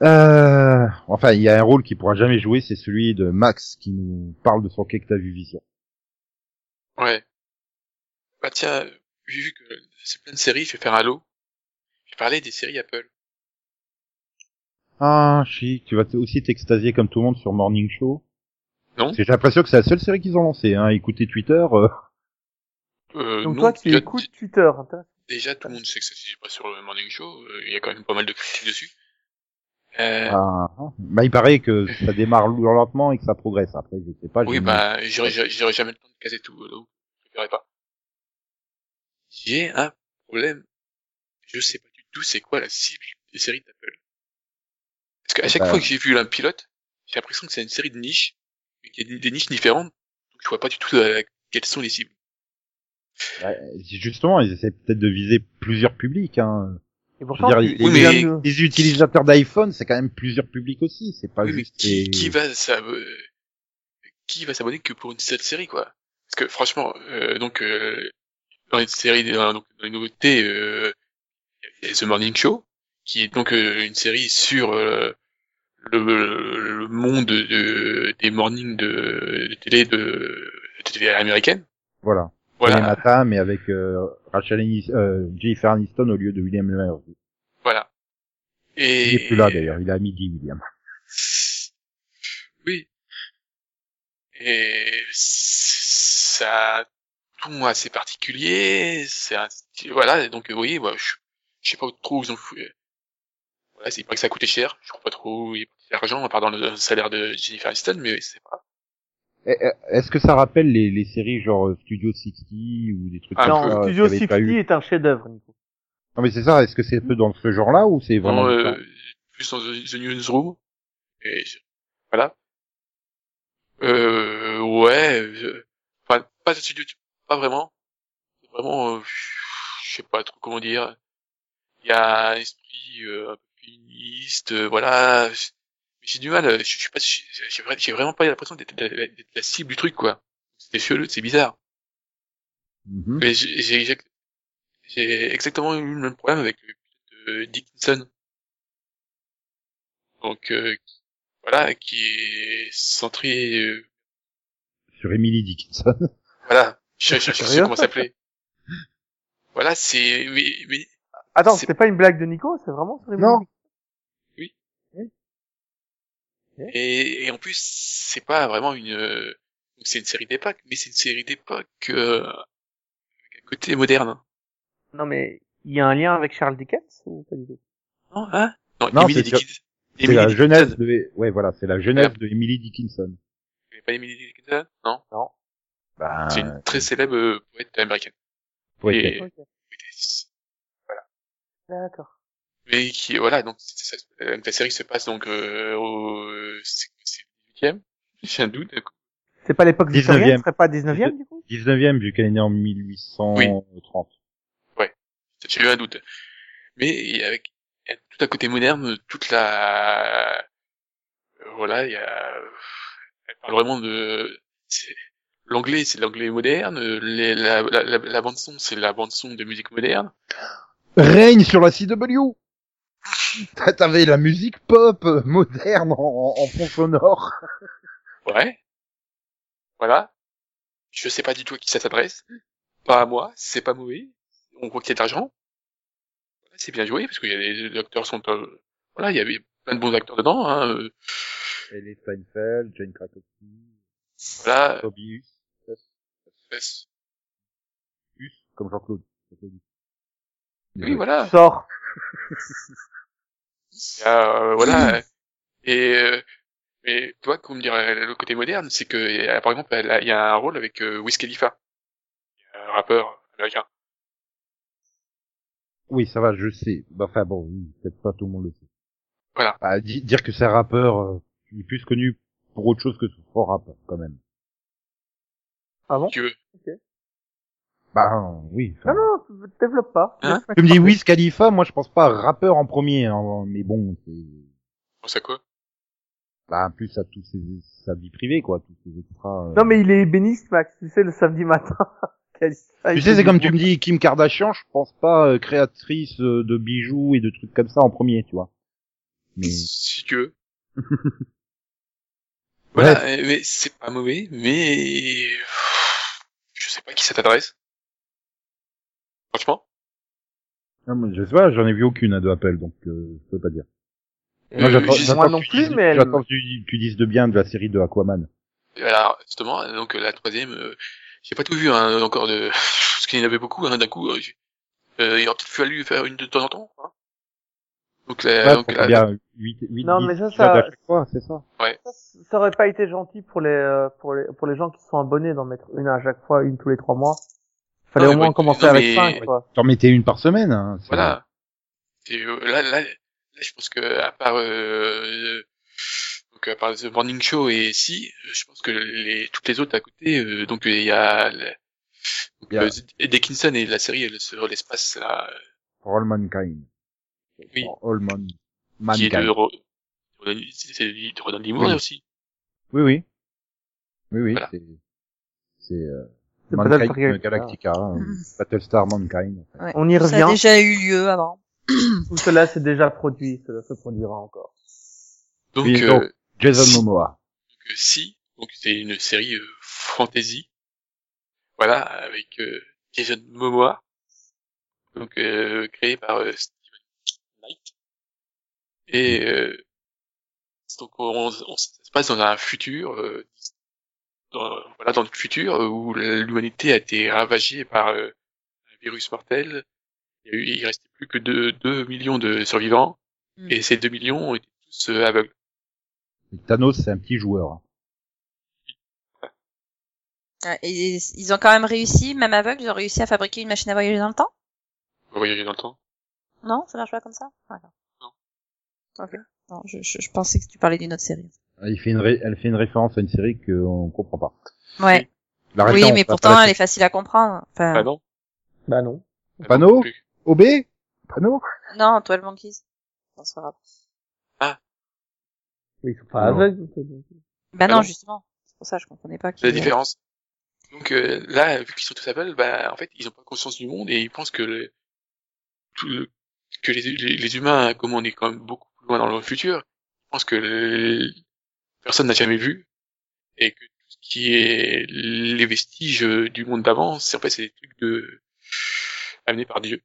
[SPEAKER 2] Euh, enfin, il y a un rôle qu'il pourra jamais jouer, c'est celui de Max qui nous parle de son quai que t'as vu Vision.
[SPEAKER 3] Ouais. Bah tiens, j'ai vu que c'est plein de séries, je vais faire un lot. Je vais parler des séries Apple.
[SPEAKER 2] Ah, chic. Tu vas t- aussi t'extasier comme tout le monde sur Morning Show.
[SPEAKER 3] Non.
[SPEAKER 2] Parce que J'ai l'impression que c'est la seule série qu'ils ont lancée. Hein. Écoutez Twitter. euh,
[SPEAKER 3] Euh,
[SPEAKER 4] Donc
[SPEAKER 3] non,
[SPEAKER 4] toi, tu
[SPEAKER 3] déjà-
[SPEAKER 4] écoutes Twitter. hein, intéressant.
[SPEAKER 3] Déjà, tout le monde sait que ça se dit pas sur le Morning Show. euh, Il y a quand même pas mal de critiques dessus. Euh,
[SPEAKER 2] Ah, hein. bah, il paraît que ça démarre lou- lentement et que ça progresse. Après, je sais pas.
[SPEAKER 3] oui,
[SPEAKER 2] j'ai-
[SPEAKER 3] bah, j'aurais j'aurais jamais le temps de caser tout. euh, Donc, je le ferai pas. J'ai un problème. Je sais pas du tout c'est quoi la cible des séries d'Apple. Parce qu'à chaque
[SPEAKER 2] bah-
[SPEAKER 3] fois que j'ai vu un pilote, j'ai l'impression que c'est une série de niches, mais qu'il y a des- des niches différentes. Donc, je vois pas du tout euh, quelles sont les cibles.
[SPEAKER 2] Bah, justement, ils essaient peut-être de viser plusieurs publics. Hein.
[SPEAKER 4] Et
[SPEAKER 2] Je veux
[SPEAKER 4] pourtant,
[SPEAKER 2] dire,
[SPEAKER 4] tu-
[SPEAKER 2] les,
[SPEAKER 3] Oui,
[SPEAKER 4] tu
[SPEAKER 3] mais-
[SPEAKER 4] viens
[SPEAKER 2] les-
[SPEAKER 4] de-
[SPEAKER 2] les utilisateurs d'iPhone, c'est quand même plusieurs publics aussi. C'est pas
[SPEAKER 3] Oui, mais
[SPEAKER 2] juste.
[SPEAKER 3] qui,
[SPEAKER 2] les-
[SPEAKER 3] qui va s'abonner qui va s'abonner que pour une seule série quoi parce que franchement euh, donc euh, dans les séries dans, donc, dans les nouveautés euh, il y a The Morning Show qui est donc euh, une série sur euh, le, le monde de, des mornings de, de télé de, de télé américaine
[SPEAKER 2] Voilà. Les
[SPEAKER 3] voilà
[SPEAKER 2] matins, mais avec euh, Rachel Anis, euh, Jennifer Aniston au lieu de William Lehrer.
[SPEAKER 3] voilà et
[SPEAKER 2] Il est plus là d'ailleurs. Il est à midi, William.
[SPEAKER 3] Oui. Et c- ça a un ton assez particulier, c'est un style, voilà, et donc euh, oui, moi, je, je sais pas trop où ils ont fou- euh, Voilà, c'est pas que ça a coûté cher, je crois pas trop où il y a parti l'argent, à part dans le salaire de Jennifer Aniston, mais c'est pas.
[SPEAKER 2] Eh, eh, Est-ce que ça rappelle les, les séries genre euh, Studio 60 ou des trucs
[SPEAKER 3] Ah,
[SPEAKER 2] comme
[SPEAKER 3] peu.
[SPEAKER 2] ça
[SPEAKER 4] Non, Studio
[SPEAKER 2] qu'il y avait pas
[SPEAKER 4] 60
[SPEAKER 2] eu
[SPEAKER 4] est un chef-d'œuvre, Nico.
[SPEAKER 2] Non mais c'est ça. Est-ce que c'est un peu dans ce genre-là ou c'est vraiment
[SPEAKER 3] Non,
[SPEAKER 2] différent
[SPEAKER 3] euh, plus dans The The Newsroom, et je- voilà. Euh, ouais, euh, enfin, pas de studio, pas vraiment. C'est vraiment, euh, je sais pas trop comment dire. Il y a un esprit euh, un peu féministe, euh, voilà. J'ai du mal, euh, je je sais pas, si- j'ai vra- j'ai vraiment pas l'impression d'être la, d'être la cible du truc, quoi. C'est chelou, c'est bizarre.
[SPEAKER 2] Mhm.
[SPEAKER 3] Mais j'ai- j'ai exact- j'ai exactement eu le même problème avec le pilote de Dickinson. Donc euh, qui- voilà, qui est centré euh,
[SPEAKER 2] Sur Emily Dickinson.
[SPEAKER 3] voilà, je je- je sais
[SPEAKER 4] Sérieux
[SPEAKER 3] comment s'appeler. Voilà, c'est mais, mais
[SPEAKER 4] Attends,
[SPEAKER 3] C'est-
[SPEAKER 4] c'était pas une blague de Nico, c'est vraiment sur les
[SPEAKER 2] Non.
[SPEAKER 4] musiques.
[SPEAKER 3] et, et en plus c'est pas vraiment une euh, donc c'est une série d'époque, mais c'est une série d'époque euh, avec un côté moderne.
[SPEAKER 4] Non, mais il y a un lien avec Charles Dickens ou pas du tout
[SPEAKER 3] Non, hein Non,
[SPEAKER 2] Non,
[SPEAKER 3] Emily
[SPEAKER 2] c'est sûr.
[SPEAKER 3] Dickinson.
[SPEAKER 2] C'est
[SPEAKER 3] Emily
[SPEAKER 2] la
[SPEAKER 3] Dickinson.
[SPEAKER 2] jeunesse de, ouais, voilà, c'est la jeunesse de Emily Dickinson.
[SPEAKER 3] Pas Emily Dickinson Non,
[SPEAKER 2] Ben,
[SPEAKER 3] c'est une très célèbre euh, poète américaine.
[SPEAKER 2] ouais,
[SPEAKER 3] Et-
[SPEAKER 4] Ok. D'accord.
[SPEAKER 3] mais qui voilà donc c'est- c'est- euh, la série se passe donc euh, au c'est c'est le 18e j'ai un doute euh,
[SPEAKER 4] C'est pas l'époque
[SPEAKER 2] 19e.
[SPEAKER 4] victorienne, ce serait pas 19e du coup
[SPEAKER 2] 19e, vu qu'elle est née en 1830.
[SPEAKER 3] j'ai eu un doute mais avec il y a tout à côté moderne toute la euh, voilà, il y a, elle parle vraiment de, c'est- l'anglais, c'est l'anglais moderne, euh, les- la, la, la, la bande son, c'est la bande son de musique moderne.
[SPEAKER 2] Règne sur la CW T'as- T'avais la musique pop euh, moderne en, en fond sonore.
[SPEAKER 3] Ouais. Voilà. Je sais pas du tout à qui ça s'adresse. Pas à moi, c'est pas mauvais. On voit qu'il y a de l'argent. C'est bien joué, parce que les les acteurs sont, euh, voilà, il y avait plein de bons acteurs dedans, hein. euh,
[SPEAKER 2] Ellie Steinfeld, Jane Krakowski,
[SPEAKER 3] Voilà.
[SPEAKER 2] Tobius, comme Jean-Claude.
[SPEAKER 3] Oui, voilà.
[SPEAKER 4] Sors.
[SPEAKER 3] Il y a, euh, voilà. Et, euh, mais toi, comme dire euh, le côté moderne, c'est que il y a, par exemple, elle a- il y a un rôle avec euh, Wiz Khalifa, un rappeur américain.
[SPEAKER 2] Oui, ça va, je sais. Bah, Enfin bon, oui, peut-être pas tout le monde le sait.
[SPEAKER 3] Voilà.
[SPEAKER 2] Bah, di- dire que c'est un rappeur, euh, il est plus connu pour autre chose que son rap, quand même.
[SPEAKER 4] Ah bon
[SPEAKER 3] Si tu veux.
[SPEAKER 2] Bah oui. enfin.
[SPEAKER 4] Non, non, tu- tu développe pas.
[SPEAKER 3] Hein
[SPEAKER 4] Laisse-moi
[SPEAKER 2] tu me dis
[SPEAKER 4] parler.
[SPEAKER 2] Wiz Khalifa, moi je pense pas à rappeur en premier, hein, mais bon, c'est
[SPEAKER 3] Pense à quoi
[SPEAKER 2] bah en plus à tous ses sa vie privée quoi, tous ses extras. euh.
[SPEAKER 4] Non, mais il est béniste, Max, tu sais, le samedi matin. Quel-
[SPEAKER 2] tu sais, c'est comme tu me dis Kim Kardashian, je pense pas euh, créatrice euh, de bijoux et de trucs comme ça en premier, tu vois. Mais
[SPEAKER 3] Si tu veux. voilà, euh, mais c'est pas mauvais, mais je sais pas à qui ça t'adresse. Franchement.
[SPEAKER 2] Non, Ah, mais je sais pas, j'en ai vu aucune à deux appels, donc euh, je peux pas dire. Moi,
[SPEAKER 3] Euh,
[SPEAKER 2] j'attends-
[SPEAKER 3] juste-
[SPEAKER 2] j'attends
[SPEAKER 4] moi
[SPEAKER 2] que
[SPEAKER 4] non
[SPEAKER 2] tu
[SPEAKER 4] plus,
[SPEAKER 2] dises-
[SPEAKER 4] mais elle-
[SPEAKER 2] j'attends que tu, tu dises de bien de la série de Aquaman.
[SPEAKER 3] Alors justement, donc euh, la troisième, euh, j'ai pas tout vu hein, encore de parce qu'il y en avait beaucoup hein, d'un coup. euh, j'ai- euh, il aurait peut-être fallu faire une de temps en temps. hein. Donc la,
[SPEAKER 2] Ouais,
[SPEAKER 3] donc,
[SPEAKER 2] pour
[SPEAKER 3] la-
[SPEAKER 2] bien 8, 8
[SPEAKER 4] Non,
[SPEAKER 2] 10
[SPEAKER 4] mais ça,
[SPEAKER 2] épisodes à
[SPEAKER 4] ça-
[SPEAKER 2] chaque fois, c'est ça.
[SPEAKER 4] Ça, ça aurait pas été gentil pour les, euh, pour les, pour les gens qui sont abonnés d'en mettre une à chaque fois, une tous les trois mois. Fallait
[SPEAKER 3] Non,
[SPEAKER 4] au
[SPEAKER 3] mais
[SPEAKER 4] moins
[SPEAKER 3] bon,
[SPEAKER 4] commencer
[SPEAKER 3] non,
[SPEAKER 4] avec
[SPEAKER 3] mais-
[SPEAKER 4] cinq, quoi.
[SPEAKER 2] T'en mettais une par semaine. Hein, c'est-
[SPEAKER 3] voilà. Et, euh, là, là, là, je pense que à part euh, euh, donc à part The Morning Show et si, je pense que les toutes les autres à côté, euh, donc il y a, le- donc,
[SPEAKER 2] Il y a-
[SPEAKER 3] euh, Dickinson et la série euh, sur l'espace là,
[SPEAKER 2] For all mankind.
[SPEAKER 3] Oui.
[SPEAKER 2] For all man-
[SPEAKER 3] qui est de
[SPEAKER 2] mankind.
[SPEAKER 3] Ro- Ronan- c'est c'est de Ronan Limour
[SPEAKER 2] Oui.
[SPEAKER 3] aussi.
[SPEAKER 2] Oui, oui. Oui, oui,
[SPEAKER 3] Voilà.
[SPEAKER 2] c'est... C'est euh,
[SPEAKER 4] C'est
[SPEAKER 2] Mankind
[SPEAKER 4] peut-être que-
[SPEAKER 2] Galactica. hein,
[SPEAKER 5] Mm.
[SPEAKER 2] Battlestar Mankind.
[SPEAKER 5] Ouais.
[SPEAKER 4] On y
[SPEAKER 5] Ça a
[SPEAKER 4] revient.
[SPEAKER 5] déjà eu lieu avant.
[SPEAKER 4] Tout cela, c'est déjà produit. Cela se produira encore.
[SPEAKER 3] Donc,
[SPEAKER 2] Oui,
[SPEAKER 3] euh,
[SPEAKER 2] donc, Jason Momoa.
[SPEAKER 3] que si, donc c'est une série euh, fantasy, voilà, avec euh, Jason Momoa, donc euh, créé par euh, Steven Knight, et euh, donc on, on- ça se passe dans un futur, euh, dans, voilà, dans le futur euh, où l'humanité a été ravagée par euh, un virus mortel. Il y a eu, il restait plus que 2, millions de survivants,
[SPEAKER 5] Mm.
[SPEAKER 3] et ces 2 millions étaient tous euh, aveugles.
[SPEAKER 2] Thanos, c'est un petit joueur.
[SPEAKER 5] Ouais, Et et ils ont quand même réussi, même aveugle, ils ont réussi à fabriquer une machine à voyager dans le temps
[SPEAKER 3] Vous voyagez dans le temps.
[SPEAKER 5] Non Ça marche pas comme ça D'accord.
[SPEAKER 3] Non.
[SPEAKER 5] Ok. Non, je, je, je pensais que tu parlais d'une autre série.
[SPEAKER 2] Il fait une ré- Elle fait une référence à une série qu'on comprend pas.
[SPEAKER 5] Ouais.
[SPEAKER 2] La
[SPEAKER 5] oui,
[SPEAKER 2] référence,
[SPEAKER 5] mais
[SPEAKER 2] pas-
[SPEAKER 5] pourtant,
[SPEAKER 2] pas
[SPEAKER 5] elle
[SPEAKER 2] la-
[SPEAKER 5] est facile à comprendre. Enfin,
[SPEAKER 3] Ah non.
[SPEAKER 4] Bah non.
[SPEAKER 2] Panneau
[SPEAKER 3] non plus.
[SPEAKER 2] OB Panneau
[SPEAKER 5] non, Twelve Monkeys. Bon, c'est pas grave.
[SPEAKER 4] Oui, ils sont pas
[SPEAKER 2] Non.
[SPEAKER 4] aveugles.
[SPEAKER 5] Bah
[SPEAKER 3] Ah
[SPEAKER 5] non,
[SPEAKER 3] non.
[SPEAKER 5] justement. C'est pour ça que je comprenais pas.
[SPEAKER 3] C'est la
[SPEAKER 5] qui-
[SPEAKER 3] différence. Donc euh, là, vu qu'ils sont tous aveugles, bah en fait, ils n'ont pas conscience du monde et ils pensent que le, tout le- que les, les, les humains, comme on est quand même beaucoup plus loin dans le futur, ils pensent que le- personne n'a jamais vu et que tout ce qui est les vestiges euh, du monde d'avant, c'est en fait c'est des trucs de amenés par Dieu.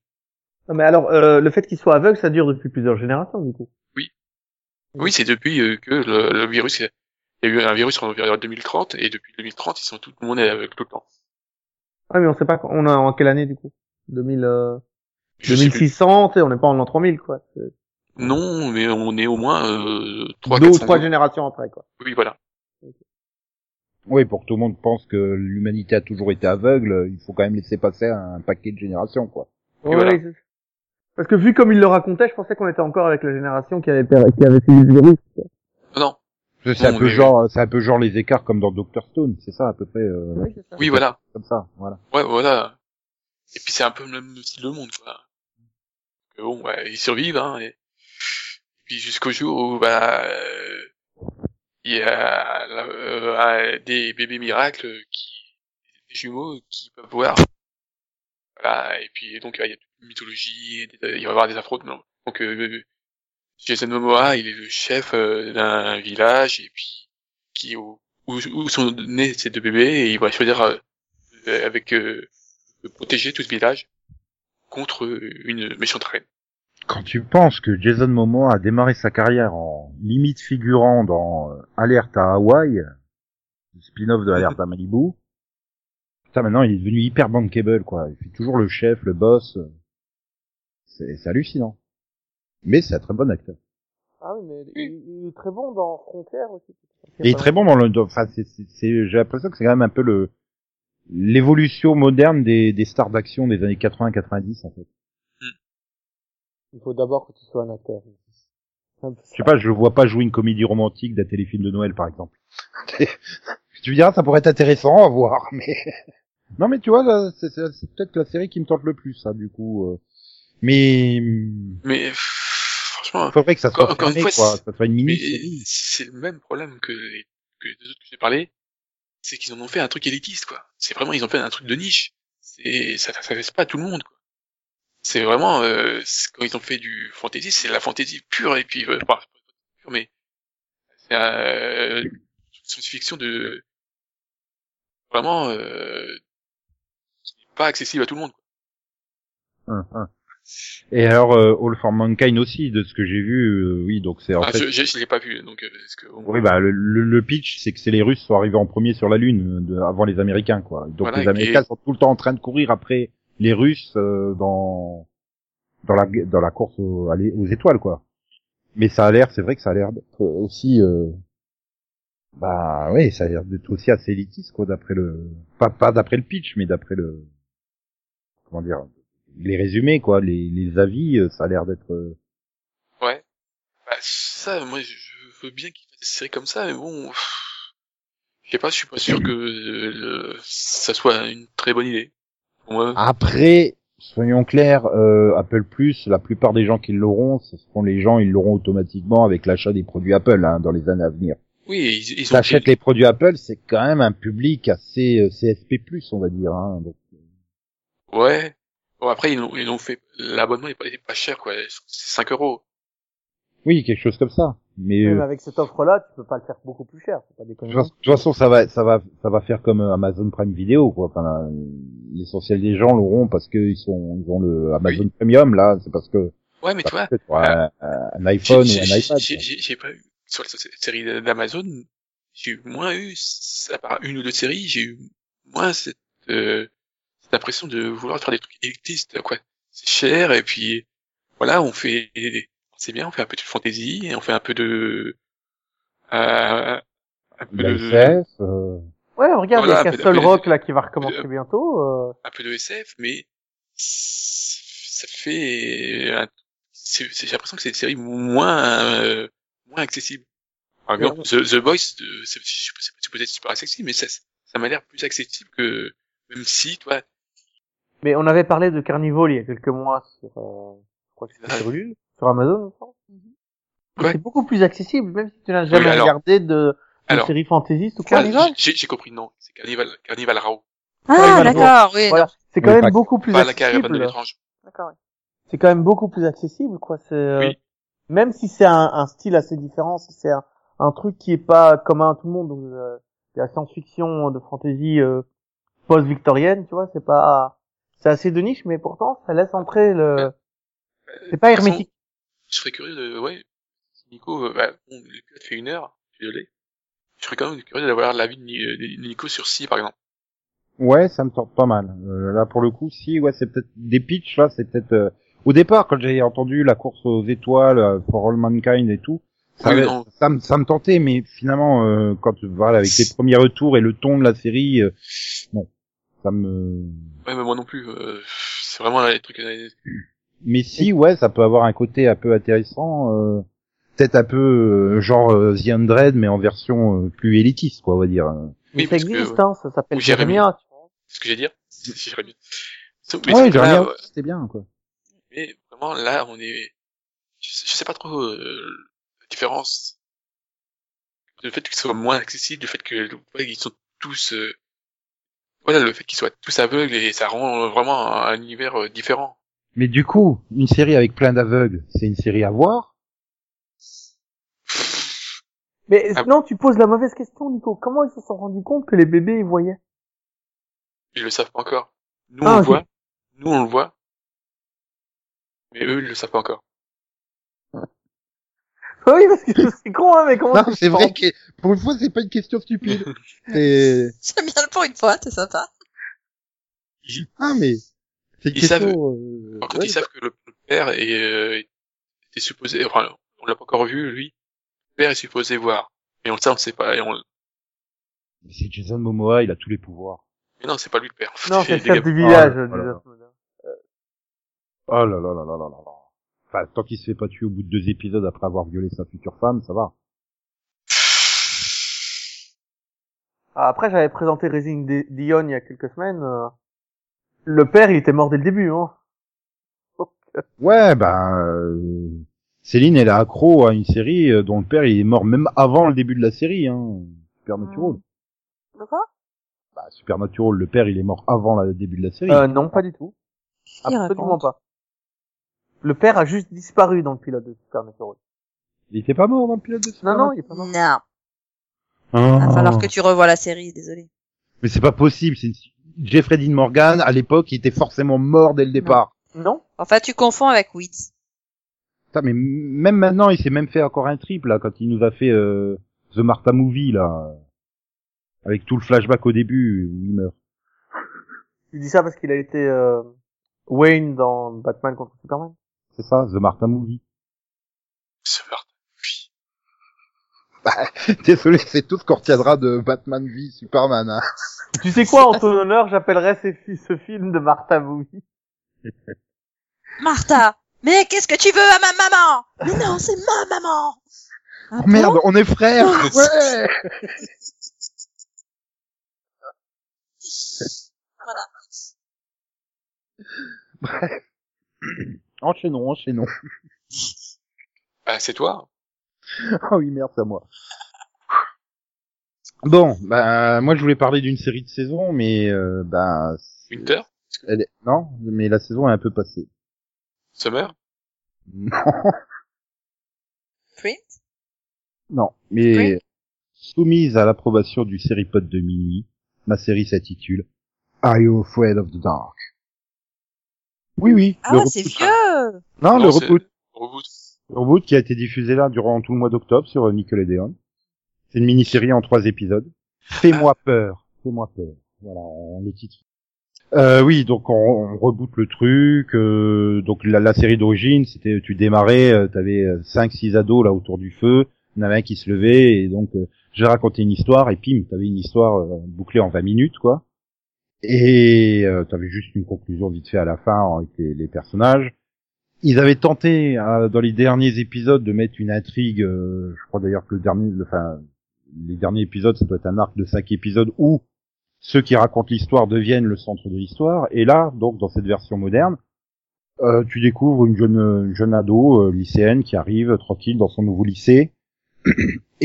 [SPEAKER 4] Non, mais alors, euh, le fait qu'ils soient aveugles, ça dure depuis plusieurs générations, du coup.
[SPEAKER 3] Oui, c'est depuis euh, que le, le virus, il y a eu un virus en vers 2030 et depuis 2030, ils sont tout le monde est aveugle tout le temps.
[SPEAKER 4] Ah, mais on sait pas, quand- on est en quelle année, du coup? 2000, euh,
[SPEAKER 3] Je sais plus.
[SPEAKER 4] 2600, tu sais, on n'est pas en l'an 3000, quoi. C'est-
[SPEAKER 3] Non, mais on est au moins euh, trois,
[SPEAKER 4] Deux ou
[SPEAKER 3] quatre cents
[SPEAKER 4] trois
[SPEAKER 3] ans.
[SPEAKER 4] générations après, quoi.
[SPEAKER 3] Oui, voilà.
[SPEAKER 2] Oui, pour que tout le monde pense que l'humanité a toujours été aveugle, il faut quand même laisser passer un paquet de générations, quoi.
[SPEAKER 3] Et voilà.
[SPEAKER 4] Ouais, c'est- Parce que vu comme il le racontait, je pensais qu'on était encore avec la génération qui avait, per- qui avait suivi le virus.
[SPEAKER 3] Non,
[SPEAKER 2] C'est c'est
[SPEAKER 3] Non,
[SPEAKER 2] un peu
[SPEAKER 3] mais-
[SPEAKER 2] genre, c'est un peu genre les écarts comme dans Doctor Stone, c'est ça à peu près, euh,
[SPEAKER 3] oui, voilà.
[SPEAKER 2] comme ça, voilà.
[SPEAKER 3] Ouais, voilà. Et puis c'est un peu le même style de monde, quoi. Que bon, ouais, ils survivent, hein. Et... Puis jusqu'au jour où, bah, euh, il y a là, euh, un- des bébés miracles qui des jumeaux qui peuvent voir. Voilà, et puis donc euh, il y a toute une mythologie, des- euh, il va y avoir des affrontes. non. Donc euh, Jason Momoa, il est le chef euh, d'un village et puis qui où, où, où sont nés ces deux bébés et il va choisir euh, euh, avec euh, de protéger tout ce village contre euh, une méchante reine.
[SPEAKER 2] Quand tu penses que Jason Momoa a démarré sa carrière en limite figurant dans euh, Alerte à Hawaï, le spin-off de Alerte à Malibu, ça maintenant il est devenu hyper bankable quoi. Il fait toujours le chef, le boss. euh. C'est c'est hallucinant. Mais c'est un très bon acteur.
[SPEAKER 4] Ah oui, mais
[SPEAKER 3] Mm.
[SPEAKER 4] il, il est très bon dans Frontières aussi.
[SPEAKER 2] Et il est très bon dans le. dans- Enfin, c'est- c'est- c'est- j'ai l'impression que c'est quand même un peu le l'évolution moderne des, des stars d'action des années 80-90 en fait.
[SPEAKER 6] Il faut d'abord que tu sois un acteur. C'est un peu
[SPEAKER 2] Je
[SPEAKER 6] ça.
[SPEAKER 2] sais pas, je le vois pas jouer une comédie romantique d'un téléfilm de Noël, par exemple. tu me diras, ça pourrait être intéressant à voir, mais... Non, mais tu vois, là, c'est c'est- c'est peut-être la série qui me tente le plus, ça, du coup. euh. Mais... hum,
[SPEAKER 3] Mais pff, franchement,
[SPEAKER 2] Faudrait que ça soit
[SPEAKER 3] Encore- encore une
[SPEAKER 2] fermé,
[SPEAKER 3] fois,
[SPEAKER 2] quoi. Ça soit une
[SPEAKER 3] Mais
[SPEAKER 2] mini
[SPEAKER 3] c'est le même problème que les, que les deux autres que j'ai parlé, c'est qu'ils en ont fait un truc élitiste, quoi. C'est vraiment, ils ont fait un truc de niche. C'est, ça s'adresse pas à tout le monde, quoi. C'est vraiment, euh, c'est- quand ils ont fait du fantasy, c'est la fantasy pure, et puis, euh, enfin, c'est pas pure, mais, c'est, euh, science-fiction de, vraiment, euh, qui n'est pas accessible à tout le monde, quoi.
[SPEAKER 2] Hein, hein. Et alors, euh, All for Mankind aussi, de ce que j'ai vu, euh, oui, donc c'est en
[SPEAKER 3] Ah,
[SPEAKER 2] fait...
[SPEAKER 3] je, je, je l'ai pas vu, donc, euh, parce que, bon,
[SPEAKER 2] Oui, bah, le, le- le pitch, c'est que c'est les Russes sont arrivés en premier sur la Lune euh, de- avant les Américains, quoi. Donc
[SPEAKER 3] Voilà,
[SPEAKER 2] les
[SPEAKER 3] et-
[SPEAKER 2] Américains sont tout le temps en train de courir après les Russes euh, dans dans la gue- dans la course aux, à l'é- aux étoiles, quoi. Mais ça a l'air, c'est vrai que ça a l'air d'être euh, aussi, euh, bah oui, ça a l'air d'être aussi assez élitiste, quoi, d'après le pas pas d'après le pitch, mais d'après le comment dire les résumés, quoi, les, les avis, euh, ça a l'air d'être euh,
[SPEAKER 3] Bah, ça, moi, je je veux bien qu'il fasse des séries comme ça, mais bon, pff, je sais pas, je suis pas sûr que euh, le- ça soit une très bonne idée. Pour moi,
[SPEAKER 2] Après, soyons clairs, euh, Apple Plus, la plupart des gens qui l'auront, ce seront les gens, ils l'auront automatiquement avec l'achat des produits Apple hein, dans les années à venir.
[SPEAKER 3] oui, ils, ils ont
[SPEAKER 2] T'achètes les produits Apple, c'est quand même un public assez euh, CSP+, on va dire. Hein, donc,
[SPEAKER 3] Ouais. Bon, après, ils ont, ils ont fait, l'abonnement est pas, est pas cher, quoi. C'est 5 euros.
[SPEAKER 2] oui, quelque chose comme ça. Mais
[SPEAKER 4] Même
[SPEAKER 2] euh,
[SPEAKER 4] avec cette offre-là, tu peux pas le faire beaucoup plus cher. C'est pas
[SPEAKER 2] de
[SPEAKER 4] déconner.
[SPEAKER 2] toute façon- de toute façon, ça va, ça va, ça va faire comme euh, Amazon Prime Video, quoi. Enfin, euh, l'essentiel des gens l'auront parce qu'ils sont, ils ont le Amazon Premium là. C'est parce que
[SPEAKER 3] Ouais, mais tu vois,
[SPEAKER 2] parce que pour un, un
[SPEAKER 3] j'ai-
[SPEAKER 2] iPhone ou
[SPEAKER 3] Euh, j'ai-
[SPEAKER 2] un iPad.
[SPEAKER 3] j'ai-
[SPEAKER 2] quoi.
[SPEAKER 3] j'ai j'ai pas eu, sur la série d'Amazon, j'ai eu moins eu, à part une ou deux séries, j'ai eu moins cette, euh, cette impression de vouloir faire des trucs élitistes, quoi. C'est cher, et puis, voilà, on fait, c'est bien, on fait un peu de fantasy, et on fait un peu de, euh, un peu
[SPEAKER 2] La
[SPEAKER 3] de,
[SPEAKER 2] SF, euh,
[SPEAKER 4] Ouais, regarde, il
[SPEAKER 3] Voilà,
[SPEAKER 4] y a
[SPEAKER 3] mais-
[SPEAKER 4] Castle
[SPEAKER 3] mais-
[SPEAKER 4] Rock là qui va recommencer
[SPEAKER 3] mais-
[SPEAKER 4] bientôt. euh,
[SPEAKER 3] un peu de SF, mais ça fait, un- c'est- c'est- j'ai l'impression que c'est une série moins, euh, moins accessible. Par exemple, The, The Boys, euh, c'est c'est- c'est- c'est peut-être super accessible, mais ça, ça m'a l'air plus accessible que, même si, toi,
[SPEAKER 4] Mais on avait parlé de Carnival il y a quelques mois sur, euh, je crois que c'était sur Ulule, sur Amazon, je crois.
[SPEAKER 3] Mhm. Ouais.
[SPEAKER 4] C'est beaucoup plus accessible, même si tu n'as jamais
[SPEAKER 3] alors-
[SPEAKER 4] regardé de, de
[SPEAKER 3] alors-
[SPEAKER 4] série fantaisiste ou
[SPEAKER 3] ah,
[SPEAKER 4] Carnival.
[SPEAKER 3] j'ai j'ai compris, non, c'est Carnival, Carnival Rao,
[SPEAKER 5] Ah,
[SPEAKER 4] Carnival
[SPEAKER 5] d'accord, oui.
[SPEAKER 4] Voilà. C'est quand
[SPEAKER 2] Oui,
[SPEAKER 4] même
[SPEAKER 2] pas-
[SPEAKER 4] beaucoup plus
[SPEAKER 3] pas la caravane de
[SPEAKER 4] accessible.
[SPEAKER 3] l'étrange.
[SPEAKER 5] D'accord, oui.
[SPEAKER 4] C'est quand même beaucoup plus accessible, quoi. C'est, euh,
[SPEAKER 3] Oui.
[SPEAKER 4] même si c'est un, un style assez différent, si c'est un, un truc qui est pas commun à tout le monde, donc, euh, il y a science-fiction, de fantasy, euh, post-victorienne, tu vois, c'est pas, c'est assez de niche, mais pourtant, ça laisse entrer
[SPEAKER 3] Euh,
[SPEAKER 4] le, c'est pas
[SPEAKER 3] de toute
[SPEAKER 4] hermétique.
[SPEAKER 3] Je serais curieux de, ouais, si Nico, euh, bah, bon, le pilote fait une heure, je suis désolé. Je serais quand même curieux d'avoir l'avis de Ni- de Nico sur Si, par exemple.
[SPEAKER 2] Ouais, ça me tente pas mal. Euh, là, pour le coup, si, ouais, c'est peut-être des pitchs, là, c'est peut-être... euh, Au départ, quand j'avais entendu la course aux étoiles, euh, For All Mankind et tout, ça,
[SPEAKER 3] Oui,
[SPEAKER 2] avait-
[SPEAKER 3] non.
[SPEAKER 2] ça, me, ça me tentait, mais finalement, euh, quand voilà, avec les premiers retours et le ton de la série, euh, non, ça me...
[SPEAKER 3] Ouais, mais moi non plus, euh, c'est vraiment les trucs, euh,
[SPEAKER 2] Mais si, ouais, ça peut avoir un côté un peu intéressant, euh, peut-être un peu euh, genre euh, The Undread, mais en version euh, plus élitiste, quoi, on va dire.
[SPEAKER 3] oui,
[SPEAKER 4] Mais ça
[SPEAKER 3] parce que,
[SPEAKER 4] existe,
[SPEAKER 3] ouais.
[SPEAKER 4] hein, ça s'appelle
[SPEAKER 3] Ou Jérémy.
[SPEAKER 4] Jérémia, tu vois.
[SPEAKER 3] c'est ce que j'ai à dire.
[SPEAKER 4] Mm.
[SPEAKER 3] Si j'aurais mieux. Sauf-
[SPEAKER 2] ouais,
[SPEAKER 3] sauf que
[SPEAKER 2] j'aurais
[SPEAKER 3] là,
[SPEAKER 2] bien,
[SPEAKER 3] ouais,
[SPEAKER 2] c'était bien, quoi.
[SPEAKER 3] mais vraiment, là, on est, je, je sais pas trop, euh, la différence. le fait qu'ils soient moins accessibles, le fait que ouais, ils sont tous, euh, voilà, le fait qu'ils soient tous aveugles et ça rend vraiment un, un univers euh, différent.
[SPEAKER 2] Mais du coup, une série avec plein d'aveugles, c'est une série à voir.
[SPEAKER 4] Mais
[SPEAKER 3] Ah.
[SPEAKER 4] non, tu poses la mauvaise question, Nico. Comment ils se sont rendus compte que les bébés ils voyaient
[SPEAKER 3] Ils le savent pas encore. Nous
[SPEAKER 4] Ah,
[SPEAKER 3] on le
[SPEAKER 4] ok.
[SPEAKER 3] voit, nous on le voit, mais eux ils le savent pas encore.
[SPEAKER 4] Ah Oui, parce que c'est con, hein, mais comment
[SPEAKER 2] Non,
[SPEAKER 4] tu
[SPEAKER 2] c'est
[SPEAKER 4] te
[SPEAKER 2] vrai
[SPEAKER 4] sens
[SPEAKER 2] que pour une fois, c'est pas une question stupide. C'est
[SPEAKER 5] J'aime bien le pour une fois, c'est sympa.
[SPEAKER 2] ah mais c'est une
[SPEAKER 3] Ils
[SPEAKER 2] question.
[SPEAKER 3] savent.
[SPEAKER 2] euh,
[SPEAKER 3] Par contre,
[SPEAKER 2] ouais,
[SPEAKER 3] ils savent que le, le père est, euh, était supposé, enfin, on l'a pas encore vu lui. Le père est supposé voir, mais on le sait, on le sait pas. Et on...
[SPEAKER 2] mais C'est Jason Momoa, il a tous les pouvoirs.
[SPEAKER 3] Mais non, c'est pas lui le père.
[SPEAKER 4] Non, c'est le
[SPEAKER 3] des
[SPEAKER 4] chef
[SPEAKER 3] gamins.
[SPEAKER 4] du village.
[SPEAKER 2] Ah,
[SPEAKER 4] euh,
[SPEAKER 2] voilà.
[SPEAKER 4] déjà.
[SPEAKER 2] Oh là là là là là là là. Enfin, tant qu'il se fait pas tuer au bout de deux épisodes après avoir violé sa future femme, ça va.
[SPEAKER 4] Ah, Après, j'avais présenté Raising D- Dion il y a quelques semaines. euh, Le père, il était mort dès le début. Hein.
[SPEAKER 2] Ouais, ben euh, Céline elle est accro à une série euh, dont le père il est mort même avant le début de la série hein. Supernatural.
[SPEAKER 5] De quoi
[SPEAKER 2] Bah, Supernatural, le père il est mort avant la- le début de la série.
[SPEAKER 4] Euh, non, pas du tout.
[SPEAKER 5] Il
[SPEAKER 4] Absolument
[SPEAKER 5] raconte.
[SPEAKER 4] pas. Le père a juste disparu dans le pilote de Supernatural.
[SPEAKER 2] Il était pas mort dans le pilote de
[SPEAKER 4] Non, non, il est pas mort.
[SPEAKER 5] Non, va
[SPEAKER 2] Ah.
[SPEAKER 5] falloir que tu revois la série, désolé.
[SPEAKER 2] Mais c'est pas possible. c'est une- Jeffrey Dean Morgan, à l'époque, il était forcément mort dès le départ.
[SPEAKER 4] Non
[SPEAKER 5] Enfin, tu confonds avec Wits.
[SPEAKER 2] Putain, mais m- même maintenant, il s'est même fait encore un triple là quand il nous a fait euh, The Martha Movie là, avec tout le flashback au début où il meurt.
[SPEAKER 4] Tu dis ça parce qu'il a été euh, Wayne dans Batman contre Superman.
[SPEAKER 2] C'est ça, The Martha Movie.
[SPEAKER 3] C'est parti.
[SPEAKER 2] Désolé, c'est tout ce qu'on retiendra de Batman v Superman. Hein.
[SPEAKER 4] Tu sais quoi, en ton honneur, j'appellerais ces fi- ce film de Martha Bowie.
[SPEAKER 5] Martha, mais qu'est-ce que tu veux à ma maman Mais non, c'est ma maman Ah
[SPEAKER 2] Oh, merde, on est frères. ouais.
[SPEAKER 5] Voilà.
[SPEAKER 2] Bref. Enchaînons, enchaînons.
[SPEAKER 3] Ah, c'est toi.
[SPEAKER 2] Ah oui, merde, c'est à moi. Bon, bah, moi je voulais parler d'une série de saisons, mais euh, bah, c'est-
[SPEAKER 3] Winter,
[SPEAKER 2] elle est- non, mais la saison est un peu passée.
[SPEAKER 3] Summer.
[SPEAKER 2] Non,
[SPEAKER 5] Print
[SPEAKER 2] non, mais
[SPEAKER 5] Oui.
[SPEAKER 2] soumise à l'approbation du Séripod de minuit, ma série s'intitule Are You Afraid of the Dark Oui, oui.
[SPEAKER 5] Ah
[SPEAKER 2] le
[SPEAKER 5] ouais,
[SPEAKER 2] reboot-
[SPEAKER 5] c'est vieux
[SPEAKER 2] Non, Ah, le
[SPEAKER 3] Non, c'est-
[SPEAKER 2] reboot,
[SPEAKER 3] Reboot.
[SPEAKER 2] le reboot qui a été diffusé là durant tout le mois d'octobre sur euh, Nickelodeon. C'est une mini-série en trois épisodes. Fais-moi peur. Fais-moi peur. Voilà, on le titre. Euh, oui, donc on, on reboot le truc. euh, donc la, la série d'origine, c'était tu démarrais, euh, t'avais euh, cinq, six ados là autour du feu. Il y en avait un qui se levait et donc euh, j'ai raconté une histoire et pim, t'avais une histoire euh, bouclée en 20 minutes quoi. Et euh, t'avais juste une conclusion vite fait à la fin avec les, les personnages. Ils avaient tenté euh, dans les derniers épisodes de mettre une intrigue. euh, je crois d'ailleurs que le dernier, le- enfin les derniers épisodes, ça doit être un arc de cinq épisodes où ceux qui racontent l'histoire deviennent le centre de l'histoire. Et là, donc dans cette version moderne, euh, tu découvres une jeune une jeune ado euh, lycéenne qui arrive euh, tranquille dans son nouveau lycée.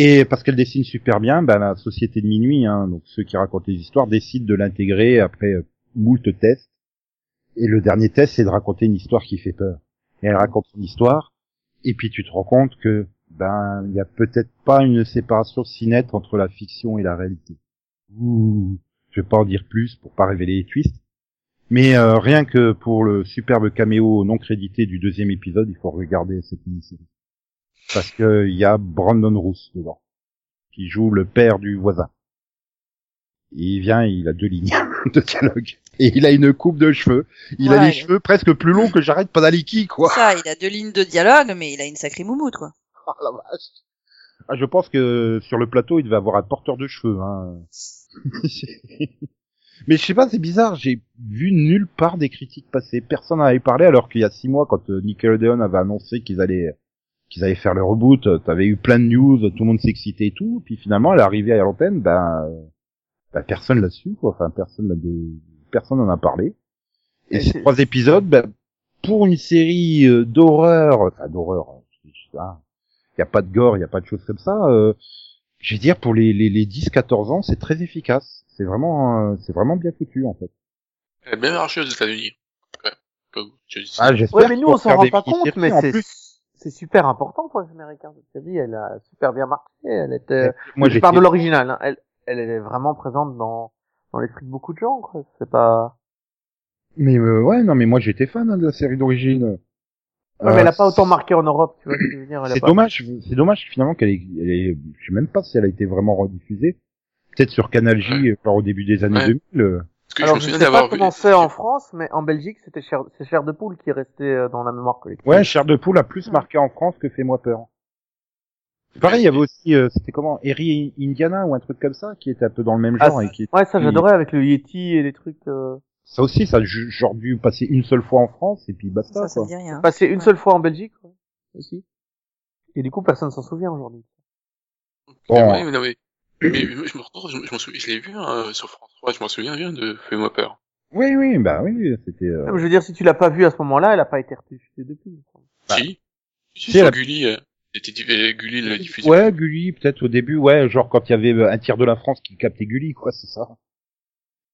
[SPEAKER 2] Et parce qu'elle dessine super bien, ben, la société de minuit, hein, donc ceux qui racontent les histoires, décident de l'intégrer après euh, moult tests. Et le dernier test, c'est de raconter une histoire qui fait peur. Et elle raconte son histoire, et puis tu te rends compte que ben il y a peut-être pas une séparation si nette entre la fiction et la réalité. Ouh, je vais pas en dire plus pour pas révéler les twists. Mais euh, rien que pour le superbe caméo non crédité du deuxième épisode, il faut regarder cette mini-série. Parce que il y a Brandon Roos dedans, qui joue le père du voisin. Et il vient, il a deux lignes de dialogue. Et il a une coupe de cheveux. Il a
[SPEAKER 5] Ouais,
[SPEAKER 2] les
[SPEAKER 5] il-
[SPEAKER 2] cheveux presque plus longs que j'arrête Padaliki, quoi.
[SPEAKER 5] Ça, il a deux lignes de dialogue, mais il a une sacrée moumoute, quoi.
[SPEAKER 2] Ah, la vache. Ah, je pense que sur le plateau, il devait avoir un porteur de cheveux. Hein. Mais je sais pas, c'est bizarre. J'ai vu nulle part des critiques passer. Personne n'en avait parlé, alors qu'il y a six mois, quand euh, Nickelodeon avait annoncé qu'ils allaient qu'ils allaient faire le reboot, euh, t'avais eu plein de news, tout le monde s'excitait et tout. Puis finalement, elle est arrivée à l'antenne, ben, euh, ben personne l'a su, quoi. Enfin, personne l'a de... personne n'en a parlé. Et
[SPEAKER 4] Et
[SPEAKER 2] ces
[SPEAKER 4] c'est-
[SPEAKER 2] trois épisodes, ben, pour une série euh, d'horreur, enfin d'horreur, hein, je- je- ah, il n'y a pas de gore, il n'y a pas de choses comme ça. euh, je vais dire pour les les, les 10 14 ans, c'est très efficace. C'est vraiment euh, c'est vraiment bien foutu en fait.
[SPEAKER 3] Elle a bien marché aux États-Unis. Ouais. Comme je dis.
[SPEAKER 2] Ah, j'espère
[SPEAKER 4] Ouais, mais
[SPEAKER 2] qu'ils
[SPEAKER 4] nous,
[SPEAKER 2] vont
[SPEAKER 4] on s'en
[SPEAKER 2] faire
[SPEAKER 4] rend
[SPEAKER 2] des
[SPEAKER 4] pas compte,
[SPEAKER 2] mini-séries
[SPEAKER 4] mais
[SPEAKER 2] en
[SPEAKER 4] c'est,
[SPEAKER 2] plus.
[SPEAKER 4] c'est super important pour les Américains. Cette série, elle a super bien marché. Elle était,
[SPEAKER 2] Moi,
[SPEAKER 4] je
[SPEAKER 2] j'ai
[SPEAKER 4] parle
[SPEAKER 2] fait-
[SPEAKER 4] de l'original. hein. Elle, elle est vraiment présente dans, dans l'esprit de beaucoup de gens, quoi. C'est pas,
[SPEAKER 2] Mais euh, ouais, non, mais moi j'étais fan hein, de la série d'origine.
[SPEAKER 4] ouais,
[SPEAKER 2] Euh,
[SPEAKER 4] mais elle a pas autant marqué en Europe, tu vois ce que je veux dire. Elle a
[SPEAKER 2] C'est
[SPEAKER 4] pas-
[SPEAKER 2] dommage, c'est dommage finalement qu'elle ait, elle ait- je sais même pas si elle a été vraiment rediffusée. Peut-être sur Canal J,
[SPEAKER 3] Ouais.
[SPEAKER 2] euh, par au début des années
[SPEAKER 3] Ouais.
[SPEAKER 2] 2000. euh.
[SPEAKER 3] Parce que je
[SPEAKER 4] Alors,
[SPEAKER 3] me
[SPEAKER 4] je,
[SPEAKER 3] souviens
[SPEAKER 4] sais pas
[SPEAKER 3] d'avoir vu.
[SPEAKER 4] comment c'est en France, mais en Belgique, c'était cher, c'est Cher de Poule qui restait euh, dans la mémoire collective.
[SPEAKER 2] Ouais, Cher de Poule a plus
[SPEAKER 5] Ouais.
[SPEAKER 2] marqué en France que Fais-moi peur. C'est Pareil, il y avait aussi, euh, c'était comment, Harry Indiana ou un truc comme ça, qui était un peu dans le même
[SPEAKER 4] Ah,
[SPEAKER 2] genre et qui
[SPEAKER 4] Ouais, ça, j'adorais avec le Yeti et les trucs, euh...
[SPEAKER 2] ça aussi, ça a ju- genre dû passer une seule fois en France et puis basta
[SPEAKER 5] Ça, ça me
[SPEAKER 2] quoi.
[SPEAKER 5] dit rien.
[SPEAKER 4] passé une
[SPEAKER 5] Ouais.
[SPEAKER 4] seule fois en Belgique, ouais, aussi. Et du coup, personne s'en souvient aujourd'hui.
[SPEAKER 2] Bon.
[SPEAKER 3] Ouais, mais non, mais, mais je me retrouve, je, me- je m'en souviens, je l'ai vu hein, sur France 3, je m'en souviens bien de Fais-moi peur.
[SPEAKER 2] Oui, oui, bah oui, c'était. euh,
[SPEAKER 3] Ah,
[SPEAKER 4] Je veux dire, si tu l'as pas vu à ce moment-là, elle a pas été rediffusée depuis.
[SPEAKER 2] Bah.
[SPEAKER 3] Si. Si,
[SPEAKER 2] Si,
[SPEAKER 3] sur
[SPEAKER 2] la-
[SPEAKER 3] Gulli, euh, c'était diff- Gulli l'a diffusé.
[SPEAKER 2] Ouais, Gulli, peut-être au début, ouais, genre quand il y avait euh, un tiers de la France qui captait Gulli, quoi, c'est ça.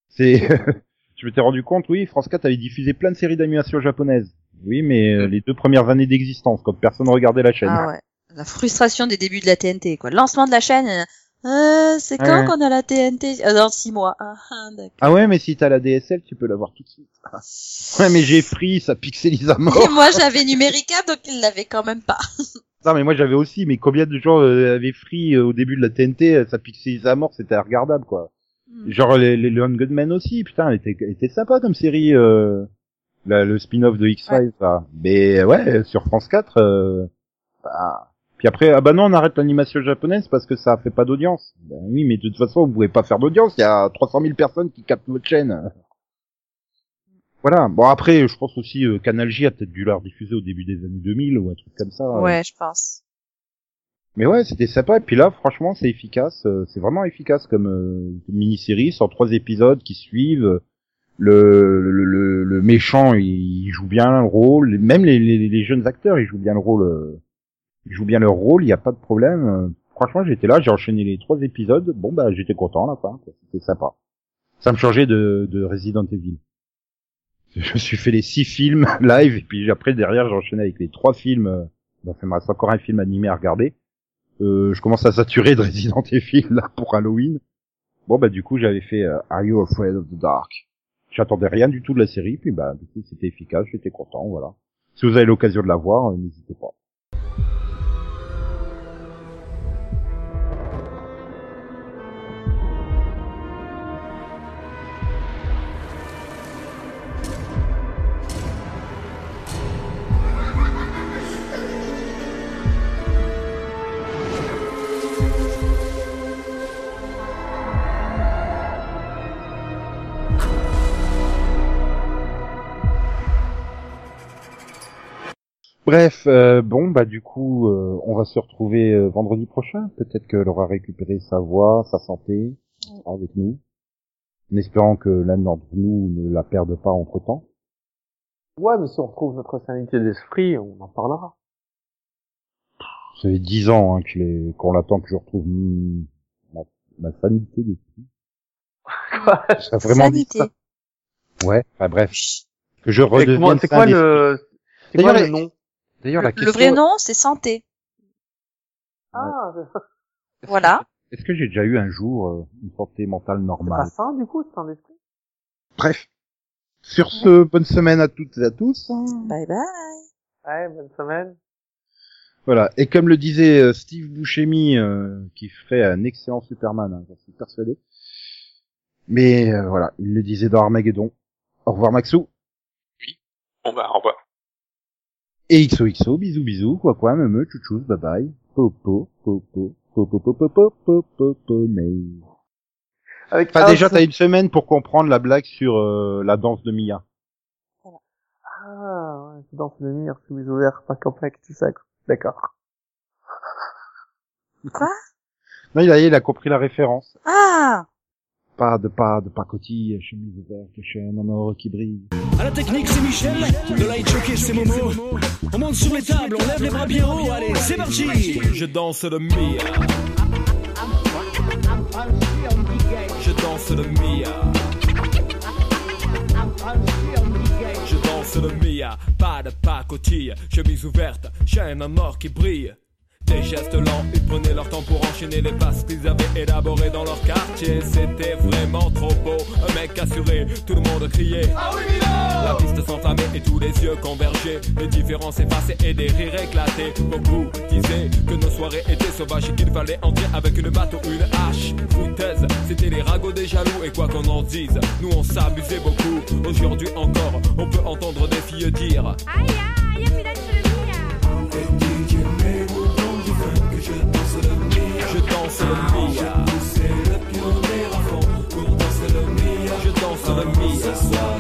[SPEAKER 2] C'est, je m'étais rendu compte, oui, France 4 avait diffusé plein de séries d'animation japonaises. Oui, mais euh, les deux premières années d'existence, quand personne regardait la chaîne.
[SPEAKER 5] Mm. Ah ouais. La frustration des débuts de la TNT, quoi. Le lancement de la chaîne, euh, euh, c'est quand
[SPEAKER 2] Ouais.
[SPEAKER 5] qu'on a la TNT Euh, Dans six mois. Ah, ah, d'accord.
[SPEAKER 2] Ah ouais, mais si t'as la DSL, tu peux l'avoir tout de suite. Ouais, mais j'ai pris, ça pixelise à
[SPEAKER 5] Et
[SPEAKER 2] mort.
[SPEAKER 5] moi, j'avais Numérica, donc il l'avait quand même pas.
[SPEAKER 2] Non, mais moi j'avais aussi, mais combien de gens euh, avaient free euh, au début de la TNT, euh, ça pixelise à mort, c'était regardable, quoi.
[SPEAKER 5] Hmm.
[SPEAKER 2] Genre les, les Lone Gunman aussi, putain, elle était, elle était sympa comme série, euh, la- le spin-off de X-Files, là. Mais euh, ouais, sur France 4, euh, bah, puis après, ah bah non, on arrête l'animation japonaise parce que ça fait pas d'audience. Ben oui, mais de toute façon, vous pouvez pas faire d'audience, il y a 300 000 personnes qui captent votre chaîne. Voilà, bon après, je pense aussi, euh, Canal J a peut-être dû la rediffuser au début des années 2000 ou un truc comme ça.
[SPEAKER 5] Ouais, je pense.
[SPEAKER 2] Mais ouais, c'était sympa. Et puis là, franchement, c'est efficace. euh, C'est vraiment efficace comme euh, comme mini-série, sur trois épisodes qui suivent. Le, le, le, le méchant, il, il joue bien le rôle. Même les, les, les jeunes acteurs, ils jouent bien le rôle. euh, Ils jouent bien leur rôle. Il n'y a pas de problème. Euh, Franchement, j'étais là, j'ai enchaîné les trois épisodes. Bon, bah, j'étais content à la fin. quoi. C'était sympa. Ça me changeait de, de Resident Evil. Je me suis fait les six films live, et puis après, derrière, j'ai enchaîné avec les trois films. euh, Bon, ça me reste encore un film animé à regarder. Euh, je commence à saturer de Resident Evil là pour Halloween. Bon bah du coup j'avais fait euh, Are You Afraid of the Dark. J'attendais rien du tout de la série, puis bah du coup c'était efficace, j'étais content, voilà. Si vous avez l'occasion de la voir, euh, n'hésitez pas. Bref, euh, bon bah du coup euh, on va se retrouver euh, vendredi prochain. Peut-être qu'elle aura récupéré sa voix, sa santé avec nous, en espérant que l'un d'entre nous ne la perde pas entre temps.
[SPEAKER 4] Ouais, mais si on retrouve notre sanité d'esprit, on en parlera.
[SPEAKER 2] Ça fait dix ans hein, que je l'ai- qu'on l'attend que je retrouve hmm, ma, ma sanité de Ça a vraiment dit
[SPEAKER 5] Sanité.
[SPEAKER 2] ça. Ouais, enfin, bref,
[SPEAKER 5] Chut.
[SPEAKER 2] que je
[SPEAKER 4] Et
[SPEAKER 2] redevienne
[SPEAKER 4] comment- C'est
[SPEAKER 2] sain
[SPEAKER 4] quoi,
[SPEAKER 2] d'esprit.
[SPEAKER 4] le, c'est quoi
[SPEAKER 2] D'ailleurs,
[SPEAKER 4] le nom?
[SPEAKER 2] D'ailleurs, la question,
[SPEAKER 5] Le vrai nom, c'est santé.
[SPEAKER 4] Ah, c'est
[SPEAKER 5] Voilà.
[SPEAKER 2] est-ce que j'ai déjà eu un jour euh, une santé mentale
[SPEAKER 4] pas
[SPEAKER 2] normale
[SPEAKER 4] sain, du coup, c'est un esprit.
[SPEAKER 2] Bref, sur ce, bonne semaine à toutes et à tous. hein.
[SPEAKER 5] Bye bye.
[SPEAKER 4] Ouais, bonne semaine.
[SPEAKER 2] Voilà, et comme le disait euh, Steve Buscemi, euh, qui ferait un excellent Superman, hein, j'en suis persuadé. Mais euh, voilà, il le disait dans Armageddon. Au revoir Maxou.
[SPEAKER 3] Bon bah, au revoir.
[SPEAKER 2] Et XOXO, bisous bisous, quoi quoi, me me, chouchous, bye bye. Popo, popo, popo, popo, popo, popo, mais...
[SPEAKER 4] Avec
[SPEAKER 2] Enfin,
[SPEAKER 4] House-
[SPEAKER 2] déjà, t'as une semaine pour comprendre la blague sur euh, la danse de Mia.
[SPEAKER 4] Ah, ouais, c'est dans le mire, sous les ouverts, pas compact, tout ça, quoi. D'accord.
[SPEAKER 2] Non, il a, il a compris la référence.
[SPEAKER 5] Ah
[SPEAKER 2] Pas de pas de pacotille, chemise verte, chaîne en or qui brille.
[SPEAKER 7] À la technique, c'est Michel. De là, il choqué, c'est Momo. On monte sur les tables, on lève les bras bien haut. Allez, c'est parti. Je danse le mire. danse le Mia. Je danse le Mia, pas de pacotille, chemise ouverte, chaîne à mort qui brille. Des gestes lents, ils prenaient leur temps pour enchaîner les passes qu'ils avaient élaborées dans leur quartier. C'était vraiment trop beau, un mec assuré, tout le monde criait. La piste s'enflammait et tous les yeux convergeaient. Les différences effacées et des rires éclatés. Beaucoup disaient que nos soirées étaient sauvages et qu'il fallait entrer avec une batte ou une hache. Foutaise, c'était les ragots des jaloux et quoi qu'on en dise, nous on s'amusait beaucoup. Aujourd'hui encore, on peut entendre des filles dire Je danse le Mia. Je danse le Mia.